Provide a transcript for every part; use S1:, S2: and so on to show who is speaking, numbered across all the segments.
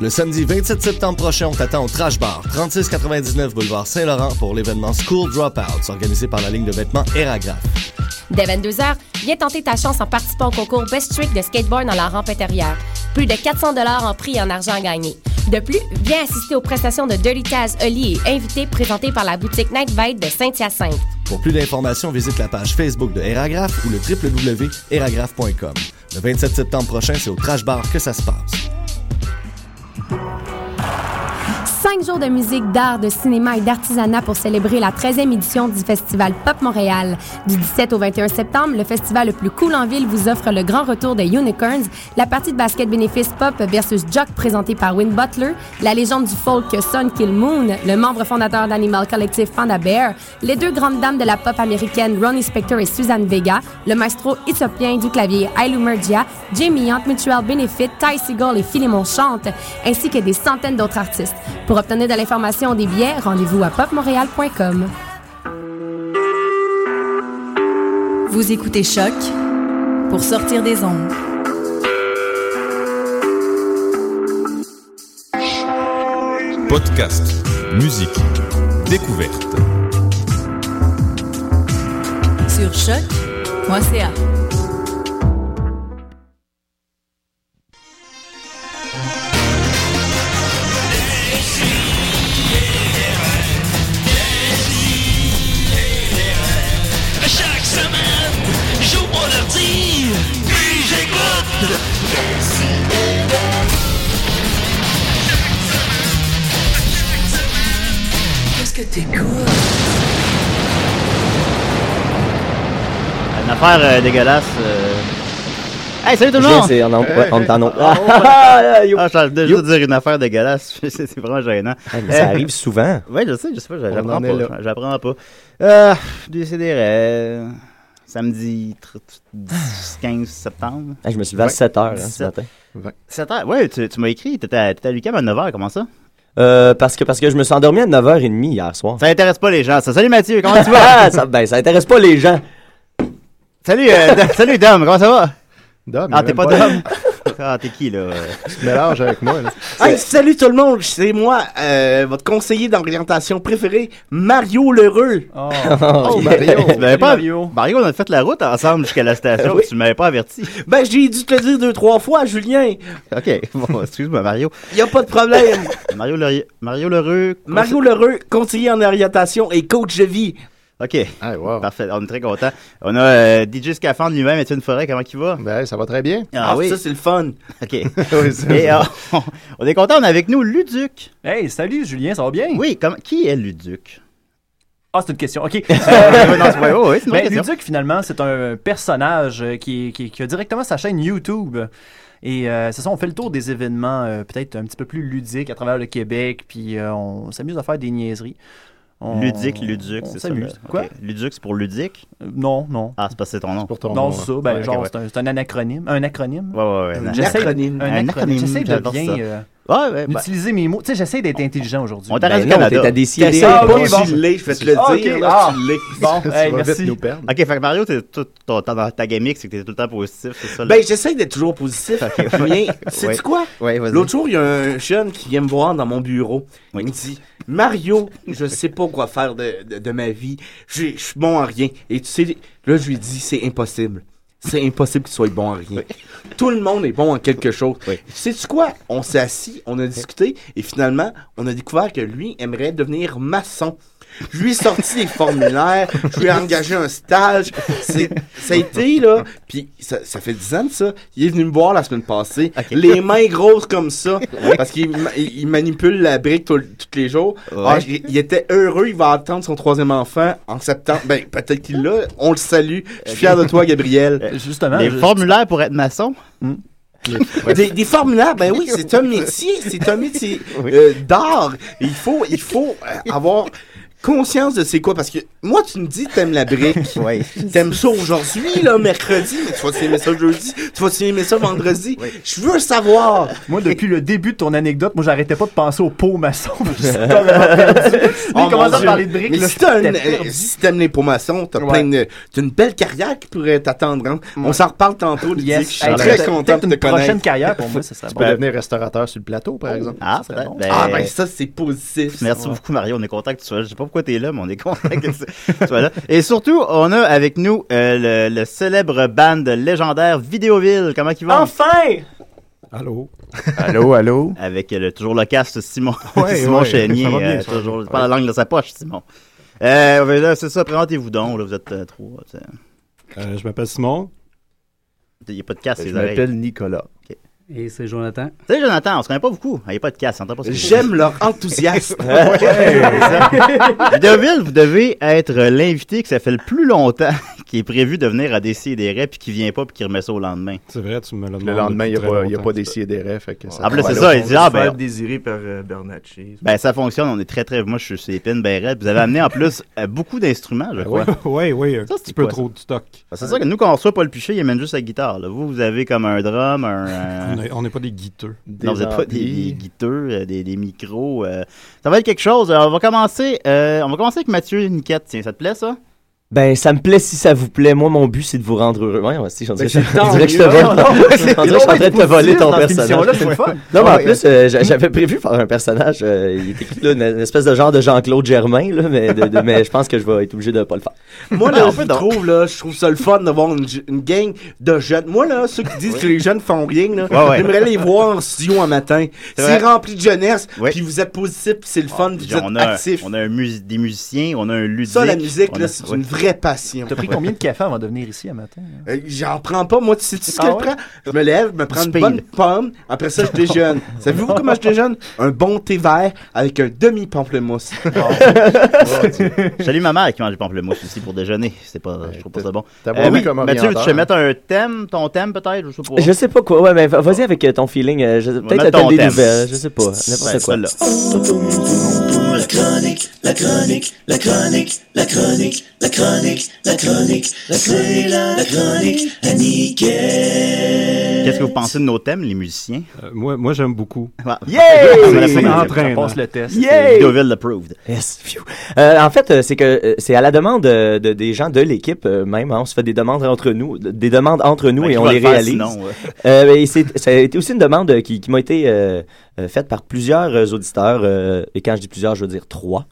S1: Le samedi 27 septembre prochain, on t'attend au Trash Bar, 3699 boulevard Saint-Laurent pour l'événement School Dropouts, organisé par la ligne de vêtements Eragraph.
S2: Dès 22h, viens tenter ta chance en participant au concours Best Trick de skateboard dans la rampe intérieure. Plus de 400 en prix et en argent gagné. De plus, viens assister aux prestations de Dirty Taz, Oli et invités présentés par la boutique Night Vibe de Saint-Hyacinthe.
S1: Pour plus d'informations, visite la page Facebook de Eragraph ou le www.eragraph.com. Le 27 septembre prochain, c'est au Trash Bar que ça se passe.
S2: Cinq jours de musique, d'art, de cinéma et d'artisanat pour célébrer la 13e édition du Festival Pop Montréal. Du 17 au 21 septembre, le festival le plus cool en ville vous offre le grand retour des Unicorns, la partie de basket bénéfice pop versus jock présentée par Win Butler, la légende du folk Sun Kill Moon, le membre fondateur d'Animal Collective Panda Bear, les deux grandes dames de la pop américaine Ronnie Spector et Suzanne Vega, le maestro éthiopien du clavier Ailu Murgia, Jamie Hunt, Mutual Benefit, Ty Seagull et Philemon Chante, ainsi que des centaines d'autres artistes. Pour obtenir de l'information des billets, rendez-vous à popmontréal.com.
S3: Vous écoutez Choc pour sortir des ondes.
S4: Podcast, musique, découverte.
S3: Sur choc.ca.
S5: Chaque semaine, j'ouvre mon ordi, puis j'écoute. Qu'est-ce que t'écoutes?
S6: Une affaire euh, dégueulasse. euh. Hey, salut tout le
S7: Je
S6: monde!
S7: sais, c'est en nom-
S6: Hey,
S7: en-
S6: hey.
S7: en nom-
S6: Ah,
S7: Ah, yo.
S6: ah, je vais déjà
S7: Yo.
S6: dire une affaire dégueulasse. c'est c'est vraiment gênant.
S7: Ah, mais ça arrive souvent.
S6: Oui, je sais, je sais pas, j'a-
S7: On
S6: j'apprends
S7: en est
S6: pas. J'apprends pas. Euh, Décidérez. Samedi tr- tr- 10, 15 septembre.
S7: Ah, je me suis levé à
S8: Ouais.
S7: 7 heures hein, ce
S6: Sept.
S7: matin.
S6: 7 heures. Ouais, tu, tu m'as écrit, t'étais à, t'étais à l'UQAM à 9h, comment ça?
S7: Euh, parce, que, parce que je me suis endormi à 9h30 hier soir.
S6: Ça intéresse pas les gens, ça. Salut Mathieu, comment tu vas?
S7: Ah, ça, ben, ça intéresse pas les gens.
S6: Salut, euh, Dom- salut Dom, comment ça va?
S8: Dom, il y a
S6: Ah, t'es
S8: même
S6: pas Dom? Ah, t'es qui, là?
S8: de mélange avec moi. là.
S9: Hey, salut tout le monde, c'est moi, euh, votre conseiller d'orientation préféré, Mario Lheureux.
S10: Ah.
S8: Oh, Mario!
S6: Tu m'avais pas... Mario, Ah on a fait la route ensemble jusqu'à la station,
S9: Oui.
S6: puis tu m'avais pas averti.
S9: Ben, j'ai dû te le dire deux, trois fois, Julien.
S6: OK, bon, excuse-moi, Mario.
S9: Y a pas de problème.
S6: Mario, Laurier- Mario Lheureux.
S9: Mario Lheureux, conseiller en orientation et coach de vie.
S6: OK,
S8: Ah, wow.
S6: parfait, on est très contents. On a euh, DJ Scafandre lui-même, Étienne Forêt, comment il va?
S8: Ben, ça va très bien.
S6: Ah, oui,
S9: ça c'est le
S7: Ben
S9: fun.
S6: OK.
S8: Oui, ça,
S6: Et euh, on, on est content, on a avec nous Luduc.
S10: Hey, salut Julien, ça va bien?
S6: Oui, comme, qui est Luduc?
S10: Ah, c'est une question, ok.
S6: Euh, non, c'est- ouais, ouais, ouais, c'est une vraie
S10: Ben,
S6: question.
S10: Luduc, finalement, c'est un personnage euh, qui, qui- qui a directement sa chaîne YouTube. Et euh, c'est ça, on fait le tour des événements euh, peut-être un petit peu plus ludiques à travers le Québec, puis euh, on s'amuse à faire des niaiseries. On-
S6: Luduc, Luduc,
S10: on
S6: c'est ça.
S10: s'amuse.
S6: le-
S10: Quoi?
S6: OK. Luduc, c'est pour Ludic?
S10: Euh, Non, non.
S6: Ah, c'est parce que c'est ton nom.
S8: pour ton
S10: non,
S8: nom,
S10: c'est ça. Ben,
S6: Ouais,
S10: genre,
S6: ok, ouais.
S10: c'est un- c'est un, anacronyme. Un acronyme.
S6: Ouais, ouais, ouais.
S9: Un
S6: Ouais,
S10: J'essaie-
S9: acronyme.
S10: Un,
S6: Un
S10: acronyme.
S6: acronyme,
S10: J'essaie de
S6: j'adore ça.
S10: bien euh,
S6: ouais, ben,
S10: d'utiliser mes mots. Tu sais, j'essaie d'être intelligent aujourd'hui.
S6: on t'a
S7: Ben
S6: rendu
S7: non,
S6: Canada.
S7: t'es à décider.
S10: T'essayes Ah,
S9: pas,
S10: oui, bon.
S9: tu l'es, je vais te le
S10: Ah,
S9: dire,
S10: ok,
S9: là,
S10: ah.
S9: tu l'es.
S10: Bon,
S8: tu
S10: hey,
S8: vas
S10: merci.
S8: vite nous perdre.
S6: OK, fait que Mario, t'es tout, ton, ton- ta gimmick, c'est que t'es tout le temps positif, c'est ça? là?
S9: Ben, j'essaie d'être toujours positif. Julien,
S6: Ouais.
S9: sais-tu quoi?
S6: ouais, vas-y.
S9: L'autre jour, il y a un jeune qui vient me voir dans mon bureau.
S6: Oui.
S9: Il me dit Mario, je sais pas quoi faire de, de, de ma vie. Je je suis bon en rien. Et tu sais, là, je lui dis C'est impossible. C'est impossible qu'il soit bon en rien. Tout le monde est bon en quelque chose.
S6: Oui.
S9: Sais-tu quoi On s'est assis, on a discuté, et finalement, on a découvert que lui aimerait devenir maçon. Je lui ai sorti les formulaires, je lui ai engagé un stage. C'est, ça a été, là, puis ça, ça fait 10 ans de ça. Il est venu me voir la semaine passée, les mains grosses comme ça, parce qu'il ma- il il manipule la brique tout- tous les jours. Ah,
S6: Ouais.
S9: il, il était heureux, il va attendre son troisième enfant en septembre. Ben, peut-être qu'il l'a, on le salue. Je suis fier de toi, Gabriel.
S10: Justement.
S6: Les
S10: je-
S6: formulaires pour être maçon?
S9: Des, des formulaires, ben oui, c'est un métier, c'est un métier euh, d'art. Il faut, il faut euh, avoir conscience de c'est quoi. Parce que moi, tu me dis t'aimes la brique.
S6: Oui.
S9: T'aimes ça aujourd'hui, là, mercredi, mais tu vas aimer ça jeudi, tu vas aimer ça vendredi. Je veux savoir.
S10: Moi, depuis le début de ton anecdote, moi, j'arrêtais pas de penser au pot maçon. Je suis pas vraiment perdu.
S9: Oh,
S10: Lui, il
S9: mon
S10: commence à
S9: Dieu.
S10: parler de briques.
S9: Mais
S10: là,
S9: si t'as une,
S10: j'étais
S9: euh,
S10: perdu.
S9: si t'aimes les pomaçons, t'as
S10: Ouais.
S9: plein de, t'as une belle carrière qui pourrait t'attendre. hein. On s'en reparle tantôt, Didier,
S10: Yes.
S9: puis je suis
S10: Hey,
S9: très
S10: peut-être
S9: content de
S10: une
S9: te
S10: prochaine
S9: connaître. Oh.
S10: carrière pour moi, ça serait
S8: Tu
S10: bon.
S8: peux devenir restaurateur sur le plateau, par exemple.
S6: Ah,
S10: Ça, c'est
S6: peut-être.
S10: bon.
S6: Ben,
S9: Ah ben ça, c'est positif.
S6: Merci beaucoup, Mario. On est content que tu sois là. Je sais pas pourquoi tu es là, mais on est content que tu sois là. Et surtout, on a avec nous euh, le, le célèbre band légendaire Vidéoville. Comment ils vont?
S10: Enfin!
S8: Allô? Allô, allô?
S6: Avec euh, le, toujours le cast Simon,
S8: Ouais,
S6: Simon
S8: ouais,
S6: Chénier.
S8: ça va bien,
S6: euh,
S8: ça.
S6: toujours, pas la langue de sa poche, Simon. Euh, ben là, c'est ça, présentez-vous donc. Là, vous êtes euh, trop... euh,
S8: je m'appelle Simon.
S6: Il n'y a pas de
S8: Ben,
S6: casse, les
S11: Je
S6: oreilles.
S11: m'appelle Nicolas.
S12: Et c'est Jonathan.
S6: Tu sais, Jonathan, on se connaît pas beaucoup. Il n'y a pas de casse. on entend pas ce que tu dis.
S9: J'aime leur enthousiasme.
S6: Vidéoville, vous devez être l'invité que ça fait le plus longtemps qui est prévu de venir à DCDR puis qui vient pas puis qui remet ça au lendemain.
S11: C'est vrai, tu me l'as
S8: Le lendemain, il n'y a, pas des CDR. Fait que ça
S6: Ah, ben là,
S8: va aller
S6: c'est ça,
S8: au
S6: il
S8: fond.
S6: dit, ah, ben,
S11: Faire désiré par euh, Bernacchi.
S6: ben, ça fonctionne, on est très très. Moi, je suis épine, ben raide. Vous avez amené en plus euh, beaucoup d'instruments, je crois.
S11: Ben Oui, oui, un
S6: Ça, c'est
S11: petit peu
S6: quoi,
S11: trop de stock.
S6: Ben, C'est ça que nous, quand on reçoit Paul Pichet, il amène juste sa guitare. là. Vous, vous avez comme un drum, un. euh,
S11: On est- On n'est pas des guiteux.
S6: Non, vous n'êtes pas des,
S8: amplis.
S6: des guiteux, euh, des, des micros. euh. Ça va être quelque chose. Alors, on, va commencer, euh, on va commencer avec Mathieu Niquette. Tiens, ça te plaît, ça?
S7: Ben, ça me plaît si ça vous plaît. Moi, mon but, c'est de vous rendre heureux. Ouais, ouais, si,
S8: Ben,
S7: j'en dirais,
S9: c'est
S7: je-
S9: tant
S7: on dirait que je te
S9: mieux.
S7: vole.
S10: Non, non,
S7: On dirait que je suis en train de te voler ton personnage.
S10: là c'est le fun.
S7: Non, mais en plus, euh, j'a- j'avais prévu faire un personnage. euh, il était écrit, là, une, une espèce de genre de Jean-Claude Germain, là, mais, de- de- mais je pense que je vais être obligé de pas le faire.
S9: Moi,
S6: Ah,
S9: là, je trouve, là, je trouve ça le fun d'avoir une, j- une gang de jeunes. Moi, là, ceux qui disent que les jeunes font rien, là,
S6: Ouais, ouais.
S9: j'aimerais les voir en studio un matin.
S6: C'est
S9: C'est
S6: vrai.
S9: rempli de jeunesse,
S6: Ouais.
S9: puis vous êtes positif, puis c'est le fun, puis vous
S6: on
S9: êtes
S6: a,
S9: actif.
S6: on a un mus- des musiciens, on a un ludique.
S9: Ça, la musique,
S6: on
S9: là,
S6: a-
S9: c'est
S6: ouais.
S9: une vraie passion.
S10: T'as pris combien de café avant de venir ici à matin? hein?
S9: Euh, J'en prends pas, moi, tu sais-tu ce que
S10: Ah
S9: je
S10: ouais?
S9: prends? Je me lève, je me prends une
S6: Speed.
S9: bonne pomme, après ça, je déjeune. Savez-vous comment je déjeune? Un bon thé vert avec un demi-pamplemousse.
S6: Ah, Salut ma mère qui mange du pamplemousse aussi pour déjeuner. C'est pas, je trouve pas ça bon.
S8: T'as
S6: Euh,
S8: pas
S6: oui,
S8: comme
S6: Mathieu, tu
S8: orienteur.
S6: te mettre un thème, ton thème peut-être, je sais pas.
S7: Je sais pas quoi. Ouais, mais va- vas-y avec euh, ton feeling. euh, je- Peut-être
S6: mettre
S7: le thème
S6: ton
S7: des
S6: thème.
S7: nouvelles. Je sais pas. N'importe
S6: Ouais,
S7: quoi.
S6: celle-là. Qu'est-ce que vous pensez de nos thèmes, les musiciens?
S11: Euh, moi, moi j'aime beaucoup.
S6: la
S11: C'est
S6: première.
S11: entraînant.
S10: Passe le test.
S6: Vidéoville approved.
S7: Yes, phew. Euh, en fait, euh, c'est que euh, c'est à la demande euh, de, des gens de l'équipe euh, même. hein. on se fait des demandes entre nous, de- des demandes entre nous
S6: Ben,
S7: et
S6: qui
S7: on
S6: va
S7: les
S6: le faire
S7: réalise.
S6: sinon, ouais.
S7: Euh, et c'est, ça a été aussi une demande euh, qui, qui m'a été euh, euh, faite par plusieurs euh, auditeurs. euh, et quand je dis plusieurs, je veux dire trois.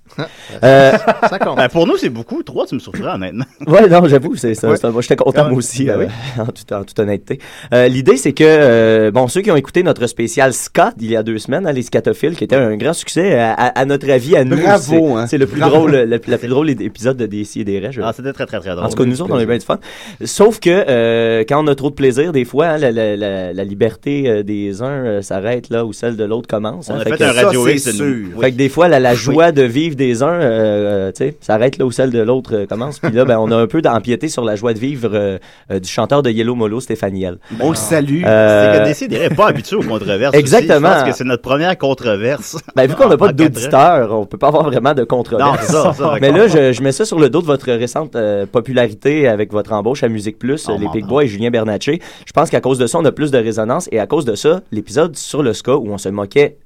S7: euh,
S8: Ça compte.
S6: Ben, pour nous, c'est beaucoup. Trois, tu me surprends, honnêtement.
S7: ouais, non, j'avoue, c'est, c'est,
S8: Ouais.
S7: c'est un- moi, j'étais content moi aussi,
S8: Ben
S7: euh, en, toute, en toute honnêteté. Euh, l'idée, c'est que, euh, bon, ceux qui ont écouté notre spécial Scott il y a deux semaines, hein, les scatophiles, qui était un grand succès, à, à- à notre avis, à nous,
S9: Bravo,
S7: c'est,
S9: hein.
S7: c'est le plus drôle, le, le plus drôle épisode de DC et des Rêves.
S6: Ah, c'était très, très, très drôle.
S7: En tout cas, nous autres, on a eu bien du fun. Sauf que euh, quand on a trop de plaisir, des fois, hein, la, la- la- la liberté euh, des uns euh, s'arrête là où celle de l'autre commence. hein.
S6: On a
S7: Fait
S6: fait
S7: que-
S6: un
S9: ça,
S6: Radio
S9: c'est
S6: X. une-
S9: sûr.
S6: euh,
S7: fait que des fois, la, la joie de vivre des uns, euh, euh, tu sais, s'arrête là où celle de l'autre euh, commence. Puis là, ben, on a un peu d'empiété sur la joie de vivre euh, euh, du chanteur de Yellow Molo, Stéphaniel.
S9: On le
S6: ah.
S9: salue.
S6: C'est que
S7: Euh,
S6: Décidéré n'est pas habitué aux controverses.
S7: Exactement.
S6: aussi. Je pense que c'est notre première controverse.
S7: ben, vu qu'on n'a pas
S6: En quatre
S7: d'auditeurs, on peut pas avoir vraiment de
S6: Ah, Non,
S7: controverse.
S6: ça, ça.
S7: Mais là, je, je mets ça sur le dos de votre récente euh, popularité avec votre embauche à Musique Plus,
S6: Oh,
S7: euh, les
S6: mon
S7: Big
S6: Dieu.
S7: Boys et Julien Bernatchez. Je pense qu'à cause de ça, on a plus de résonance. Et à cause de ça, l'épisode sur le ska où on se moquait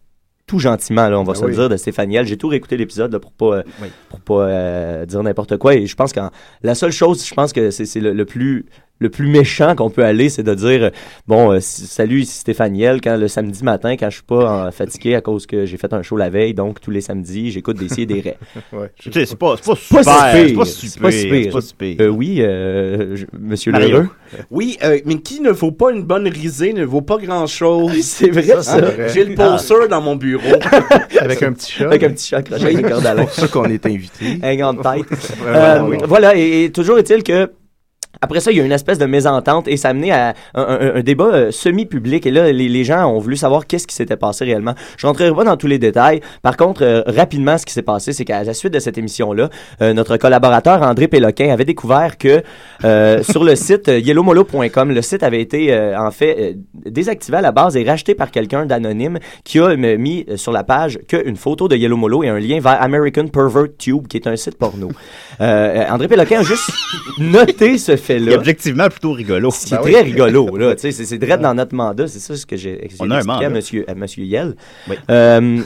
S7: tout gentiment, là, on va
S8: Ben
S7: se le
S8: oui.
S7: dire, de Stéphaniel. J'ai tout réécouté l'épisode là, pour pas, euh, pour pas euh, dire n'importe quoi. Et je pense que la seule chose, je pense que c'est c'est le, le plus le plus méchant qu'on peut aller, c'est de dire euh, bon, euh, si- salut, ici Stéphaniel. Quand le samedi matin, quand je suis pas euh, fatigué à cause que j'ai fait un show la veille, donc tous les samedis, j'écoute des si et des raies.
S8: Ouais.
S6: Tu sais, c'est pas, c'est pas
S7: pas
S6: super. C'est pas
S7: si pire. C'est pas
S6: super.
S7: si
S6: C'est
S7: pire.
S6: pas super.
S7: Euh, oui, euh, je- Monsieur
S6: Mario.
S7: Lheureux.
S9: Oui, euh, mais qui ne vaut pas une bonne risée ne vaut pas grand-chose.
S7: C'est vrai,
S8: Ça, c'est vrai.
S9: J'ai le poster dans mon bureau.
S8: Avec un petit chat.
S7: Avec un petit chat accroché avec une corde à linge.
S11: C'est pour ça qu'on est invité.
S7: Hang on tight.
S11: Vraiment,
S7: Euh,
S11: oui.
S7: Voilà, et, et toujours est-il que Après ça, il y a une espèce de mésentente et ça a mené à un, un- un débat euh, semi-public. Et là, les, les gens ont voulu savoir qu'est-ce qui s'était passé réellement. Je rentrerai pas dans tous les détails. Par contre, euh, rapidement, ce qui s'est passé, c'est qu'à la suite de cette émission-là, euh, notre collaborateur André Péloquin avait découvert que euh, sur le site euh, yellowmolo.com, le site avait été euh, en fait euh, désactivé à la base et racheté par quelqu'un d'anonyme qui a euh, mis euh, sur la page qu'une photo de Yellow Molo et un lien vers American Pervert Tube, qui est un site porno. Euh, euh, André Péloquin a juste noté ce fait-là.
S6: Et objectivement plutôt rigolo.
S7: C'est
S8: Ben
S7: très rigolo, là. Tu sais, c'est, c'est direct dans notre mandat. C'est ça ce que j'ai, que j'ai
S6: On a un
S7: expliqué
S6: mandat.
S7: à monsieur, à monsieur Yell. Euh,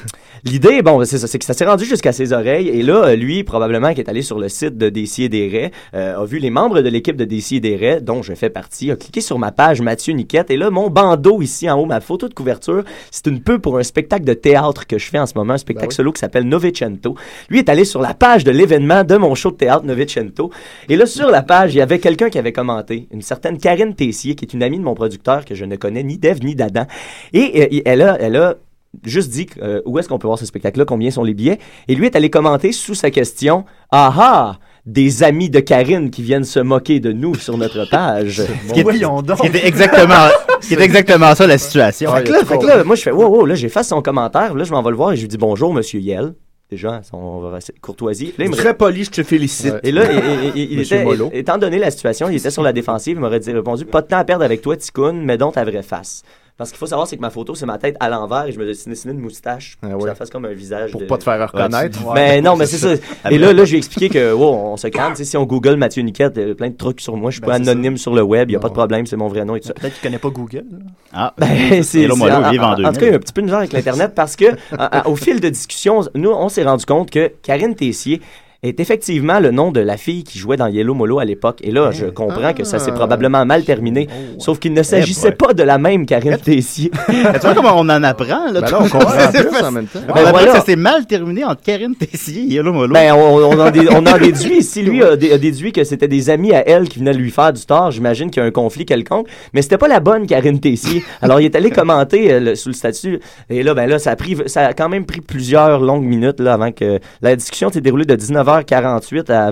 S7: l'idée, bon, c'est ça, c'est que ça s'est rendu jusqu'à ses oreilles. Et là, euh, lui, probablement, qui est allé sur le site de Décideret, euh, a vu les membres de l'équipe de Décideret, dont je fais partie, a cliqué sur ma page Mathieu Niquette. Et là, mon bandeau ici en haut, ma photo de couverture, c'est une pub pour un spectacle de théâtre que je fais en ce moment, un spectacle
S13: Ben oui.
S7: solo qui s'appelle Novecento. Lui est allé sur la page de l'événement de mon show de théâtre Novecento. Et là, sur la page, il y avait quelqu'un qui avait commenté, une certaine Karine Tessier, qui est une amie de mon producteur que je ne connais ni d'Ève ni d'Adam. Et euh, il- elle a, elle a juste dit euh, où est-ce qu'on peut voir ce spectacle-là, combien sont les billets. Et lui est allé commenter sous sa question Ah ah des amis de Karine qui viennent se moquer de nous sur notre page.
S6: Ce qui est- Voyons donc. ce qui était exactement- ce qui était exactement ça, la situation.
S7: Fait que là, fait que là, moi, je fais wow, wow, là, j'efface son commentaire. Là, je m'en vais le voir et je lui dis bonjour, monsieur Yell. Déjà, on va rester courtoisie. Puis là, il me-
S9: Très poli, je te félicite.
S7: et là, il- il- il- il
S9: Monsieur
S7: était-
S9: Mollo.
S7: étant donné la situation, il était sur la défensive, il m'aurait dit, répondu, pas de temps à perdre avec toi, Ticoun, mets donc ta vraie face. Parce qu'il faut savoir, c'est que ma photo, c'est ma tête à l'envers et je me suis dessiné une moustache pour que ça fasse comme un visage.
S8: Ah Pour
S7: de-
S8: pas te faire reconnaître.
S7: Ouais, tu- Mais
S8: Ouais.
S7: non, mais c'est ça.
S8: C'est ça.
S7: Et là, là, je lui ai expliqué que, wow, on se calme. tu sais, Si on Google Mathieu Niquette, il y a plein de trucs sur moi. Je suis pas
S8: Ben,
S7: anonyme sur le web, il n'y a pas de problème, c'est mon vrai nom et tout ça.
S10: Peut-être qu'il connaît pas Google. là.
S6: Ah,
S7: Ben, c'est,
S10: Hello
S7: c'est-
S10: Molo,
S7: en,
S10: vive
S7: en-
S10: en
S7: en tout
S10: 2000.
S7: cas, il y a un petit peu de misère avec l'Internet parce que, à- à- au fil de discussions, nous, on s'est rendu compte que Karine Tessier est effectivement le nom de la fille qui jouait dans Yellow Molo à l'époque. Et là, je comprends que ça s'est probablement mal terminé. Sauf qu'il ne s'agissait pas de la même Karine Tessier.
S6: Tu vois comment on en apprend, là?
S7: Ben là, on comprend
S6: C'est
S7: plus en
S6: facile.
S7: même temps.
S6: On
S7: Ben
S6: apprend
S7: voilà.
S6: que ça s'est mal terminé entre Karine Tessier et Yellow Molo.
S7: Ben, on, on en dé- on en déduit, si lui a, dé- a déduit que c'était des amis à elle qui venaient lui faire du tort, j'imagine qu'il y a un conflit quelconque, mais c'était pas la bonne Karine Tessier. Alors, il est allé commenter euh, le- sous le statut, et là, ben là, ça a, pris, ça a quand même pris plusieurs longues minutes, là, avant que la discussion s'est déroulée de 19h48 à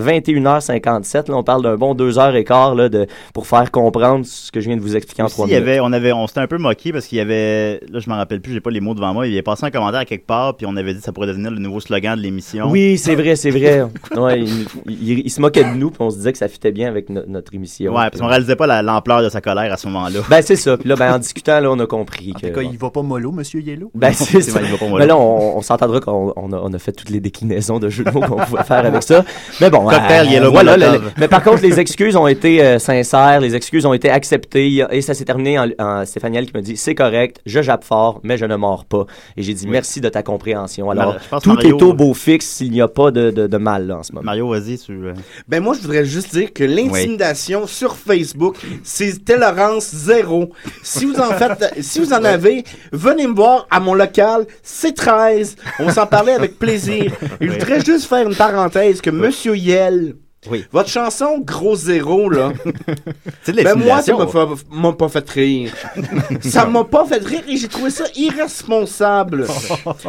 S7: 21h57, là, on parle d'un bon 2h15, là, de, pour faire comprendre ce que je viens de vous expliquer en
S6: Si,
S7: trois
S6: il y
S7: minutes.
S6: avait, on avait, on s'était un peu moqué parce qu'il y avait, là je m'en rappelle plus, j'ai pas les mots devant moi, il y avait passé un commentaire à quelque part puis on avait dit que ça pourrait devenir le nouveau slogan de l'émission.
S7: Oui, c'est vrai, c'est vrai. Ouais, il, il- il se moquait de nous, puis on se disait que ça fitait bien avec no- notre émission.
S6: Ouais, parce qu'on réalisait pas la- l'ampleur de sa colère à ce moment-là.
S7: Ben, c'est ça. Puis là, ben, en discutant, là, on a compris que...
S10: En tout cas, il va pas mollo, monsieur Yellow.
S7: Ben, c'est ça.
S6: mal, il va pas mollo.
S7: Ben là, on, on s'entendra qu'on on a, on a fait toutes les déclinaisons de jeux de mots qu'on pouvait faire avec ça. Mais bon, euh,
S6: Cocktail Yellow
S7: voilà.
S6: Molotov.
S7: le- le- mais par contre, les excuses ont été euh, sincères, les excuses ont été acceptées, Il y a- et ça s'est terminé en, en Stéphanie Hall qui me dit c'est correct, je jappe fort, mais je ne mords pas. Et j'ai dit merci de ta compréhension. Alors,
S6: Ben, je pense que
S7: tout
S6: Mario-
S7: est au beau fixe s'il n'y a pas de, de- de mal là, en ce moment.
S6: Mario, vas-y, tu. euh,
S9: Ben moi, je voudrais juste dire que l'intimidation sur Facebook, c'est tolérance zéro. Si vous en faites, si vous en avez, venez me voir à mon local, c'est 13. On s'en parlait avec plaisir. Et je
S6: Ouais.
S9: voudrais juste faire une parenthèse que Monsieur Yell,
S6: Oui.
S9: votre chanson Gros Zéro, là,
S6: c'est de
S9: ben moi, ça
S6: l'intimidation.
S9: m'a fait- m'a pas fait rire. ça m'a pas fait rire et j'ai trouvé ça irresponsable.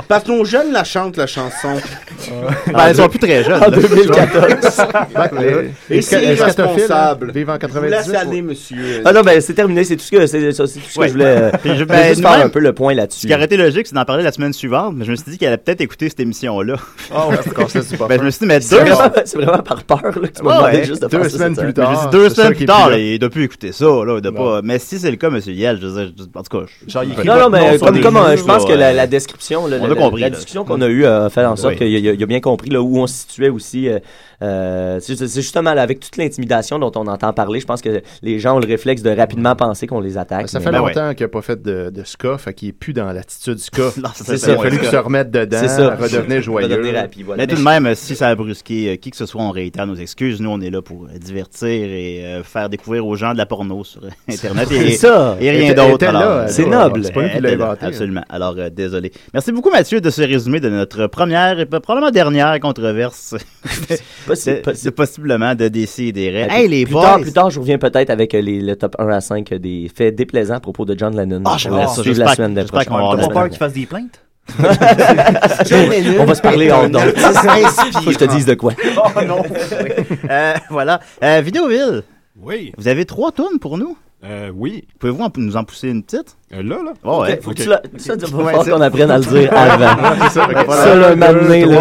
S9: Parce que nos jeunes la chantent, la chanson.
S6: Ben, elles sont plus très jeunes,
S9: En
S6: là.
S9: 2014.
S8: Ouais.
S9: Et c'est
S8: Est-ce que- est-ce que t'as fait,
S9: irresponsable.
S8: là, vivre en
S9: Je vous
S8: 98,
S9: laisse aller,
S8: ouais.
S9: monsieur.
S7: Ah non, ben c'est terminé, c'est tout ce que, c'est, ça, c'est tout ce que
S6: Ouais.
S7: je voulais. euh,
S6: Puis
S7: je
S6: je-
S7: voulais
S6: ben,
S7: juste faire
S6: nous-mêmes,
S7: un peu le point là-dessus.
S6: Ce qui aurait été logique, c'est d'en parler la semaine suivante, mais je me suis dit qu'elle allait peut-être écouter cette émission-là.
S7: Ah ouais, parce qu'on sait, c'est pas
S6: ben,
S7: fun.
S6: je me suis dit, mais deux. Ah
S7: C'est vraiment- c'est vraiment par peur là, que tu m'as demandé juste de faire ça cette semaine.
S6: Mais je dis deux semaines plus tard, là, il doit plus écouter ça. Là, il doit pas... Mais si c'est le cas, M. Yel, je veux dire, je- en tout cas, je...
S7: Non, non, mais comme, comme, euh, je pense que la, la description, là,
S6: On
S7: la,
S6: a compris,
S7: la
S6: là.
S7: discussion qu'on a eue a fait en sorte
S6: Oui.
S7: qu'il y a- il y a bien compris là, où on se situait aussi. euh, euh, c'est c'est justement là, avec toute l'intimidation dont on entend parler, je pense que les gens ont le réflexe de rapidement penser qu'on les attaque.
S8: Ça
S7: mais-
S8: fait
S6: Ben
S8: longtemps qu'il n'a pas fait de, de ska, fait qu'il est plus dans l'attitude ska.
S6: Non, ça,
S8: c'est
S6: ça,
S8: ça. Il a
S6: ouais,
S8: fallu
S6: ska.
S8: qu'il se remette dedans,
S6: C'est ça.
S8: redevenir joyeux.
S6: Mais tout de même, euh, si ça a brusqué euh, qui que ce soit, on réitère nos excuses. Nous, on est là pour euh, divertir et euh, faire découvrir aux gens de la porno sur euh, Internet et,
S7: C'est ça.
S6: et
S7: Elle
S6: rien
S7: était- elle
S6: d'autre.
S7: était là,
S6: Alors, euh,
S7: c'est
S6: euh,
S7: noble.
S6: C'est pas nous qui
S7: Elle
S6: l'a
S7: était là,
S6: inventé. Absolument. Alors, euh, désolé. Merci beaucoup, Mathieu, de ce résumé de notre première et probablement dernière controverse.
S7: Possible,
S6: De- de- Possiblement de décider des règles.
S7: Hey,
S6: Hey, les
S7: plus,
S6: boys!
S7: tard, plus tard, je reviens peut-être avec euh, les, le top 1 à 5 euh, des faits déplaisants à propos de John Lennon.
S6: Ah,
S7: Je
S6: j'aimerais
S7: vais
S6: ça.
S7: suivre
S6: J'espère-
S7: la semaine de
S6: j'espère qu'on va
S7: prochaine.
S6: avoir
S10: T'as pas peur qu'il fasse des plaintes? John Lennon
S7: On va se parler en don.
S10: est un
S6: Oh,
S7: Faut que je te dise de quoi.
S6: Euh, voilà. Euh, Vidéoville.
S11: Oui. Euh,
S6: Vous avez trois tonnes pour nous?
S11: oui. Euh,
S6: Pouvez-vous en- nous en pousser une petite?
S11: là, là?
S6: Oh,
S11: Ok,
S6: ouais.
S11: Ah, faut que tu la-
S7: ça,
S11: tu vas
S7: falloir qu'on apprenne à le dire avant.
S6: Ouais, c'est ça,
S7: Ça, là, un moment donné, là,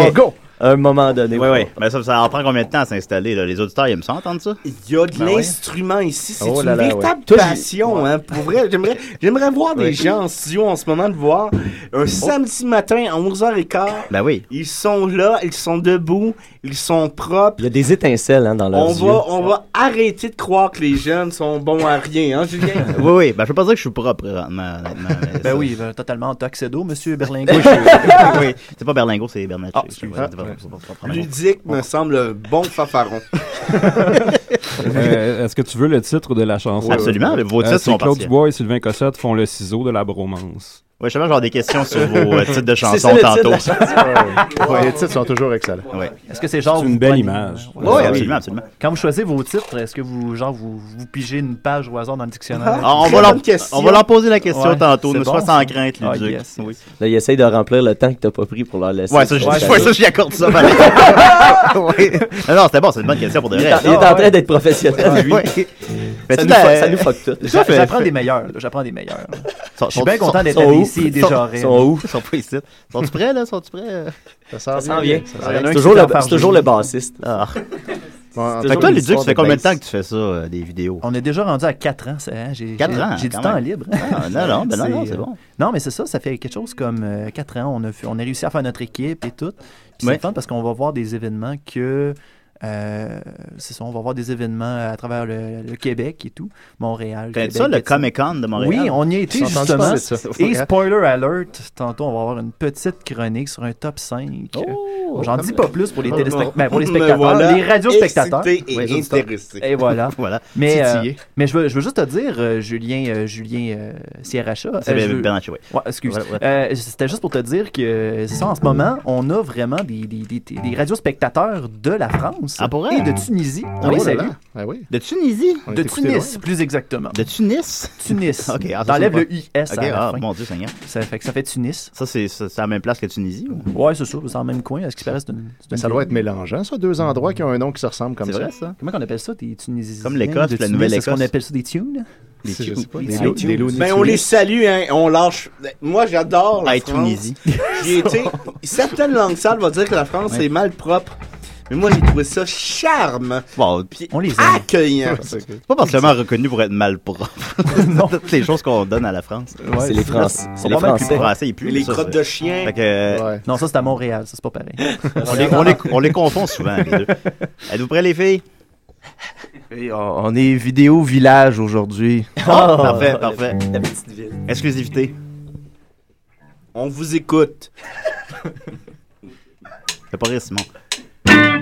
S6: un moment donné. Oui, oui. Mais ça, ça en prend combien de temps à s'installer? là? Les auditeurs, ils aiment ça entendre ça?
S9: Il y a de
S6: Ben ouais.
S9: l'instrument ici, c'est
S6: Oh
S9: une
S6: là là,
S9: véritable
S6: ouais. Toi, j'ai-
S9: passion. Hein, pour vrai, j'aimerais, j'aimerais voir des
S6: Oui.
S9: gens en studio en ce moment, de voir un
S8: Oh.
S9: samedi matin à 11h15.
S6: Ben oui.
S9: Ils sont là, ils sont debout, ils sont propres.
S7: Il y a des étincelles hein, dans leurs
S9: On
S7: yeux.
S9: va, on va arrêter de croire que les jeunes sont bons à rien, hein, Julien?
S6: oui, oui. Ben, je peux pas dire que je suis propre, honnêtement. honnêtement, mais
S10: Ben
S6: ça-
S10: oui, ben, totalement en tuxedo, monsieur Berlingo.
S6: Oui, oui. C'est pas Berlingot, c'est Bernatchez.
S10: Ah,
S6: Ouais, c'est pas- c'est pas- c'est pas- c'est pas-
S9: Ludique me semble un bon fanfaron.
S11: Euh, Est-ce que tu veux le titre de la chanson?
S6: Absolument, vos titres
S11: c'est
S6: sont
S11: Claude
S6: partiels.
S11: Dubois et Sylvain Cossette font le ciseau de la bromance.
S6: Ouais, justement, j'aurai des questions sur vos euh, titres de
S11: C'est
S6: chansons
S11: ça, le titre de
S6: tantôt.
S11: la chanson.
S8: Ouais, les titres sont toujours excellents.
S6: Ouais.
S10: Est-ce que c'est genre.
S11: C'est une
S10: vous
S11: belle
S10: prenez-
S11: image.
S10: Ouais,
S6: Oui,
S10: ouais,
S6: absolument,
S10: oui.
S6: absolument.
S10: Quand vous choisissez vos titres, est-ce que vous, genre, vous, vous pigez une page au hasard dans le dictionnaire?
S6: Ah, on, va leur, on va leur poser la question tantôt, ne sois sans crainte,
S10: les
S6: Luduc. Oui.
S7: Là, ils essayent de remplir le temps que t'as pas pris pour leur laisser.
S6: Ouais, ça, je- ouais, ça, j'y accorde ça, pareil. Oui. Non, non, c'était bon, c'est une bonne question pour de
S7: Il est
S6: vrai. Ah,
S7: en- il est en train d'être professionnel, lui. Ça nous fuck- ça nous fuck tout.
S10: J'a- J'apprends des meilleurs, là, j'apprends des meilleurs.
S6: Sont-
S10: Je suis
S6: sont-
S10: bien content
S6: sont-
S10: d'être
S6: sont
S10: allé
S6: où?
S10: ici et
S6: Sont-
S10: déjà
S6: Sont où? Ils sont pas ici. Sont-tu prêts, là? Sont-tu prêts? Ça
S7: Ça s'en vient. Ça s'en vient.
S6: Il y en a un
S7: C'est
S6: qui
S7: toujours
S6: s'est
S7: le-
S6: enfargé.
S7: c'est toujours le bassiste.
S6: Ah.
S7: en tant
S6: Fait que toi,
S7: que
S6: Luduc, ça
S7: histoire
S6: fait
S7: de
S6: combien de
S7: bass.
S6: temps que tu fais ça, euh, des vidéos?
S10: On est déjà rendu à 4 ans, ça. hein, J'ai,
S6: Quatre
S10: j'ai-
S6: ans,
S10: J'ai du
S6: quand
S10: temps
S6: même.
S10: libre.
S6: Ah, non, non, ben non, non, c'est
S10: euh,
S6: bon.
S10: Non, mais c'est ça, ça fait quelque chose comme 4 ans. On a, fait- on a réussi à faire notre équipe et tout. Puis
S6: Ouais.
S10: c'est fun parce qu'on va voir des événements que. euh, c'est ça, on va voir des événements à travers le, le Québec et tout, Montréal.
S6: Connais-tu
S10: Québec,
S6: Ben, ça, le
S10: et tout.
S6: Comic-Con de Montréal?
S10: Oui, on y a été
S6: J'ai entendu
S10: justement.
S6: parler de ça.
S10: Et spoiler alert, tantôt on va avoir une petite chronique sur un top 5. Euh, J'en dis pas plus pour les,
S6: Oh,
S10: téléspect-
S6: oh.
S10: ben, pour les
S6: Me
S10: spectateurs,
S6: voilà
S10: les radiospectateurs.
S6: excité et
S10: Ouais, les auditeurs.
S6: intéressé.
S11: Eh
S10: Et voilà.
S6: Voilà.
S10: Mais, euh,
S6: Titillé.
S10: mais je, veux, je veux juste te dire, euh, Julien, euh, Julien euh, Sierracha.
S6: C'est
S10: euh,
S6: bien,
S10: je veux-
S6: Bernatchez, oui.
S10: Ouais, excuse.
S6: Voilà, ouais.
S10: Euh, C'était juste pour te dire que c'est ça, en ce moment, on a vraiment des, des, des, des radiospectateurs de la France
S6: Ah, pour
S10: et
S6: vrai?
S10: de Tunisie.
S6: Ah,
S10: on les
S6: oh là
S10: salue.
S6: là. Ah oui. De Tunisie?
S10: De Tunis, plus exactement.
S6: De Tunis?
S10: Tunis.
S6: OK. ah, ça,
S10: T'enlèves
S6: c'est
S10: le
S6: pas-
S10: IS à
S6: OK,
S10: la
S6: ah,
S10: fin.
S6: mon Dieu Seigneur.
S10: Ça fait que ça fait Tunis.
S6: Ça, c'est ça, c'est à la même place que Tunisie? ou?
S10: Ouais, c'est ça, c'est dans le même coin. Est-ce qu'il paraît, c'est une- c'est
S8: Mais
S10: une
S8: Ben, ça doit
S10: ville.
S8: être mélangeant, ça, deux endroits qui ont un nom qui se ressemble comme
S6: C'est
S8: ça.
S6: vrai, ça?
S10: Comment on appelle ça, des Tunisiens?
S6: Comme l'Écosse,
S10: de
S6: la
S10: Tunis,
S6: Nouvelle-Écosse.
S10: Est-ce qu'on appelle ça des tunes?
S6: Des
S10: C'est- je
S6: tunes.
S10: sais pas,
S6: Des
S10: des
S6: tunes.
S10: tunes.
S6: Des tunes.
S9: Ben, on les salue, hein, on lâche. Moi, j'adore la
S6: Hey,
S9: France.
S6: Tunisie.
S9: J'y ai été. Certaines langues sales vont dire que la France
S6: Ouais.
S9: est mal propre. Mais moi, j'ai trouvé ça charme.
S6: Bon,
S9: on les accueillant.
S6: C'est pas particulièrement reconnu pour être mal propre. Toutes les choses qu'on donne à la France.
S10: Ouais, C'est les c'est- Français.
S6: Ils
S10: Ils
S6: sont
S10: sont
S6: pas
S10: pas mal plus
S6: Français.
S10: propres.
S6: ils puent,
S10: Mais les
S6: ça,
S10: crottes
S6: c'est-
S10: de chien.
S6: Fait que, euh,
S10: Non, ça c'est à Montréal, ça c'est pas pareil.
S6: on, les, on les- on les confond souvent, les deux. Êtes-vous prêts, les filles?
S13: Et on, on est vidéo village aujourd'hui.
S7: Oh!
S6: Ah, parfait, parfait. Exclusivité.
S9: On vous écoute.
S6: Fais pas rire, Simon.
S9: hein.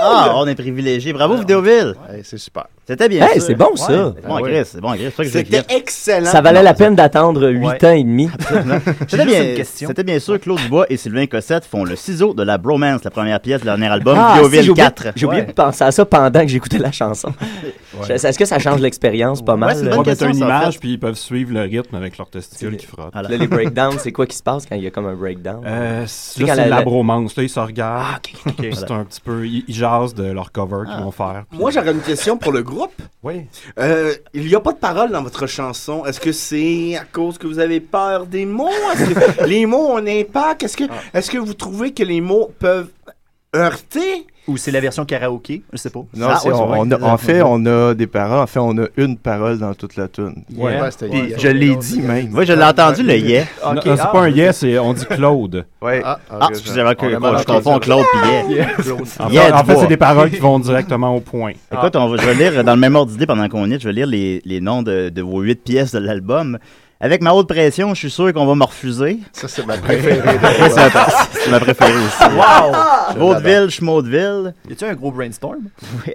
S6: Ah, on est privilégié. Bravo, Vidéoville.
S8: c'est super.
S6: C'était bien.
S7: Ah, Hey,
S6: ça.
S7: c'est bon, ça.
S6: Ouais, C'est bon,
S7: Ah ouais.
S6: Chris. C'est bon, Chris. C'est pour ça que je
S9: Ben C'était
S6: l'ai fait.
S9: excellent.
S7: Ça valait la
S6: Non,
S7: peine d'attendre 8
S6: Ouais.
S7: ans et demi.
S6: C'était
S7: juste
S6: bien,
S7: une question.
S6: c'était bien sûr Claude Dubois et Sylvain Cossette font le ciseau de la Bromance, la première pièce de leur dernier album,
S7: Ah, si,
S6: Vidéoville
S7: j'ai oublié-
S6: 4.
S7: J'ai oublié
S6: Ouais.
S7: de penser à ça pendant que j'écoutais la chanson. Je- Est-ce que ça change l'expérience pas mal?
S11: c'est une
S7: euh?
S11: bonne question, une image, puis ils peuvent suivre le rythme avec leurs testicules qui frottent.
S7: Là, les breakdowns, c'est quoi qui se passe quand il y a comme un breakdown?
S11: Euh,
S7: Tu sais,
S11: c'est- là,
S7: quand
S11: c'est
S7: la-
S11: la
S7: la-
S11: bromance. Là, ils se regardent. Puis C'est
S7: Voilà.
S11: un petit peu. Ils, ils jasent de leur cover
S9: Ah.
S11: qu'ils vont faire.
S9: Moi, j'aurais une question pour le groupe. Euh,
S11: Oui.
S9: il n'y a pas de parole dans votre chanson. Est-ce que c'est à cause que vous avez peur des mots? Est-ce que les mots ont un impact? Est-ce que,
S13: Ah.
S9: est-ce que vous trouvez que les mots peuvent heurter?
S10: Ou c'est la version karaoké, je sais pas.
S13: Non,
S7: Ah,
S13: c'est- on- on a- en fait, on a des paroles. En fait, on a une parole dans toute la tune.
S11: Yeah. Ouais, c'était
S13: Puis
S11: yeah.
S13: je l'ai dit même.
S6: Oui, je l'ai entendu, le yeah.
S11: Non,
S6: Ok,
S11: non, c'est
S6: ah.
S11: pas un yeah, c'est on dit Claude.
S13: Ouais.
S6: Ah, ah, excusez-moi, que-
S11: On a
S6: que-
S11: mal
S6: je
S11: entendu.
S6: confonds Claude puis yeah.
S11: Yeah. En
S6: Yeah,
S11: fait, en fait,
S6: Dubois.
S8: Ah.
S11: c'est des paroles qui vont directement au point.
S6: Écoute, on va- je vais lire dans le même ordre d'idée pendant qu'on y est, je vais lire les, les noms de, de vos huit pièces de l'album. Avec ma haute pression, je suis sûr qu'on va me refuser.
S8: Ça, c'est ma préférée.
S6: Ouais, c'est ma- c'est ma préférée aussi.
S10: Wow!
S6: Vaudeville, Schmaudeville.
S10: Y a-tu un gros brainstorm?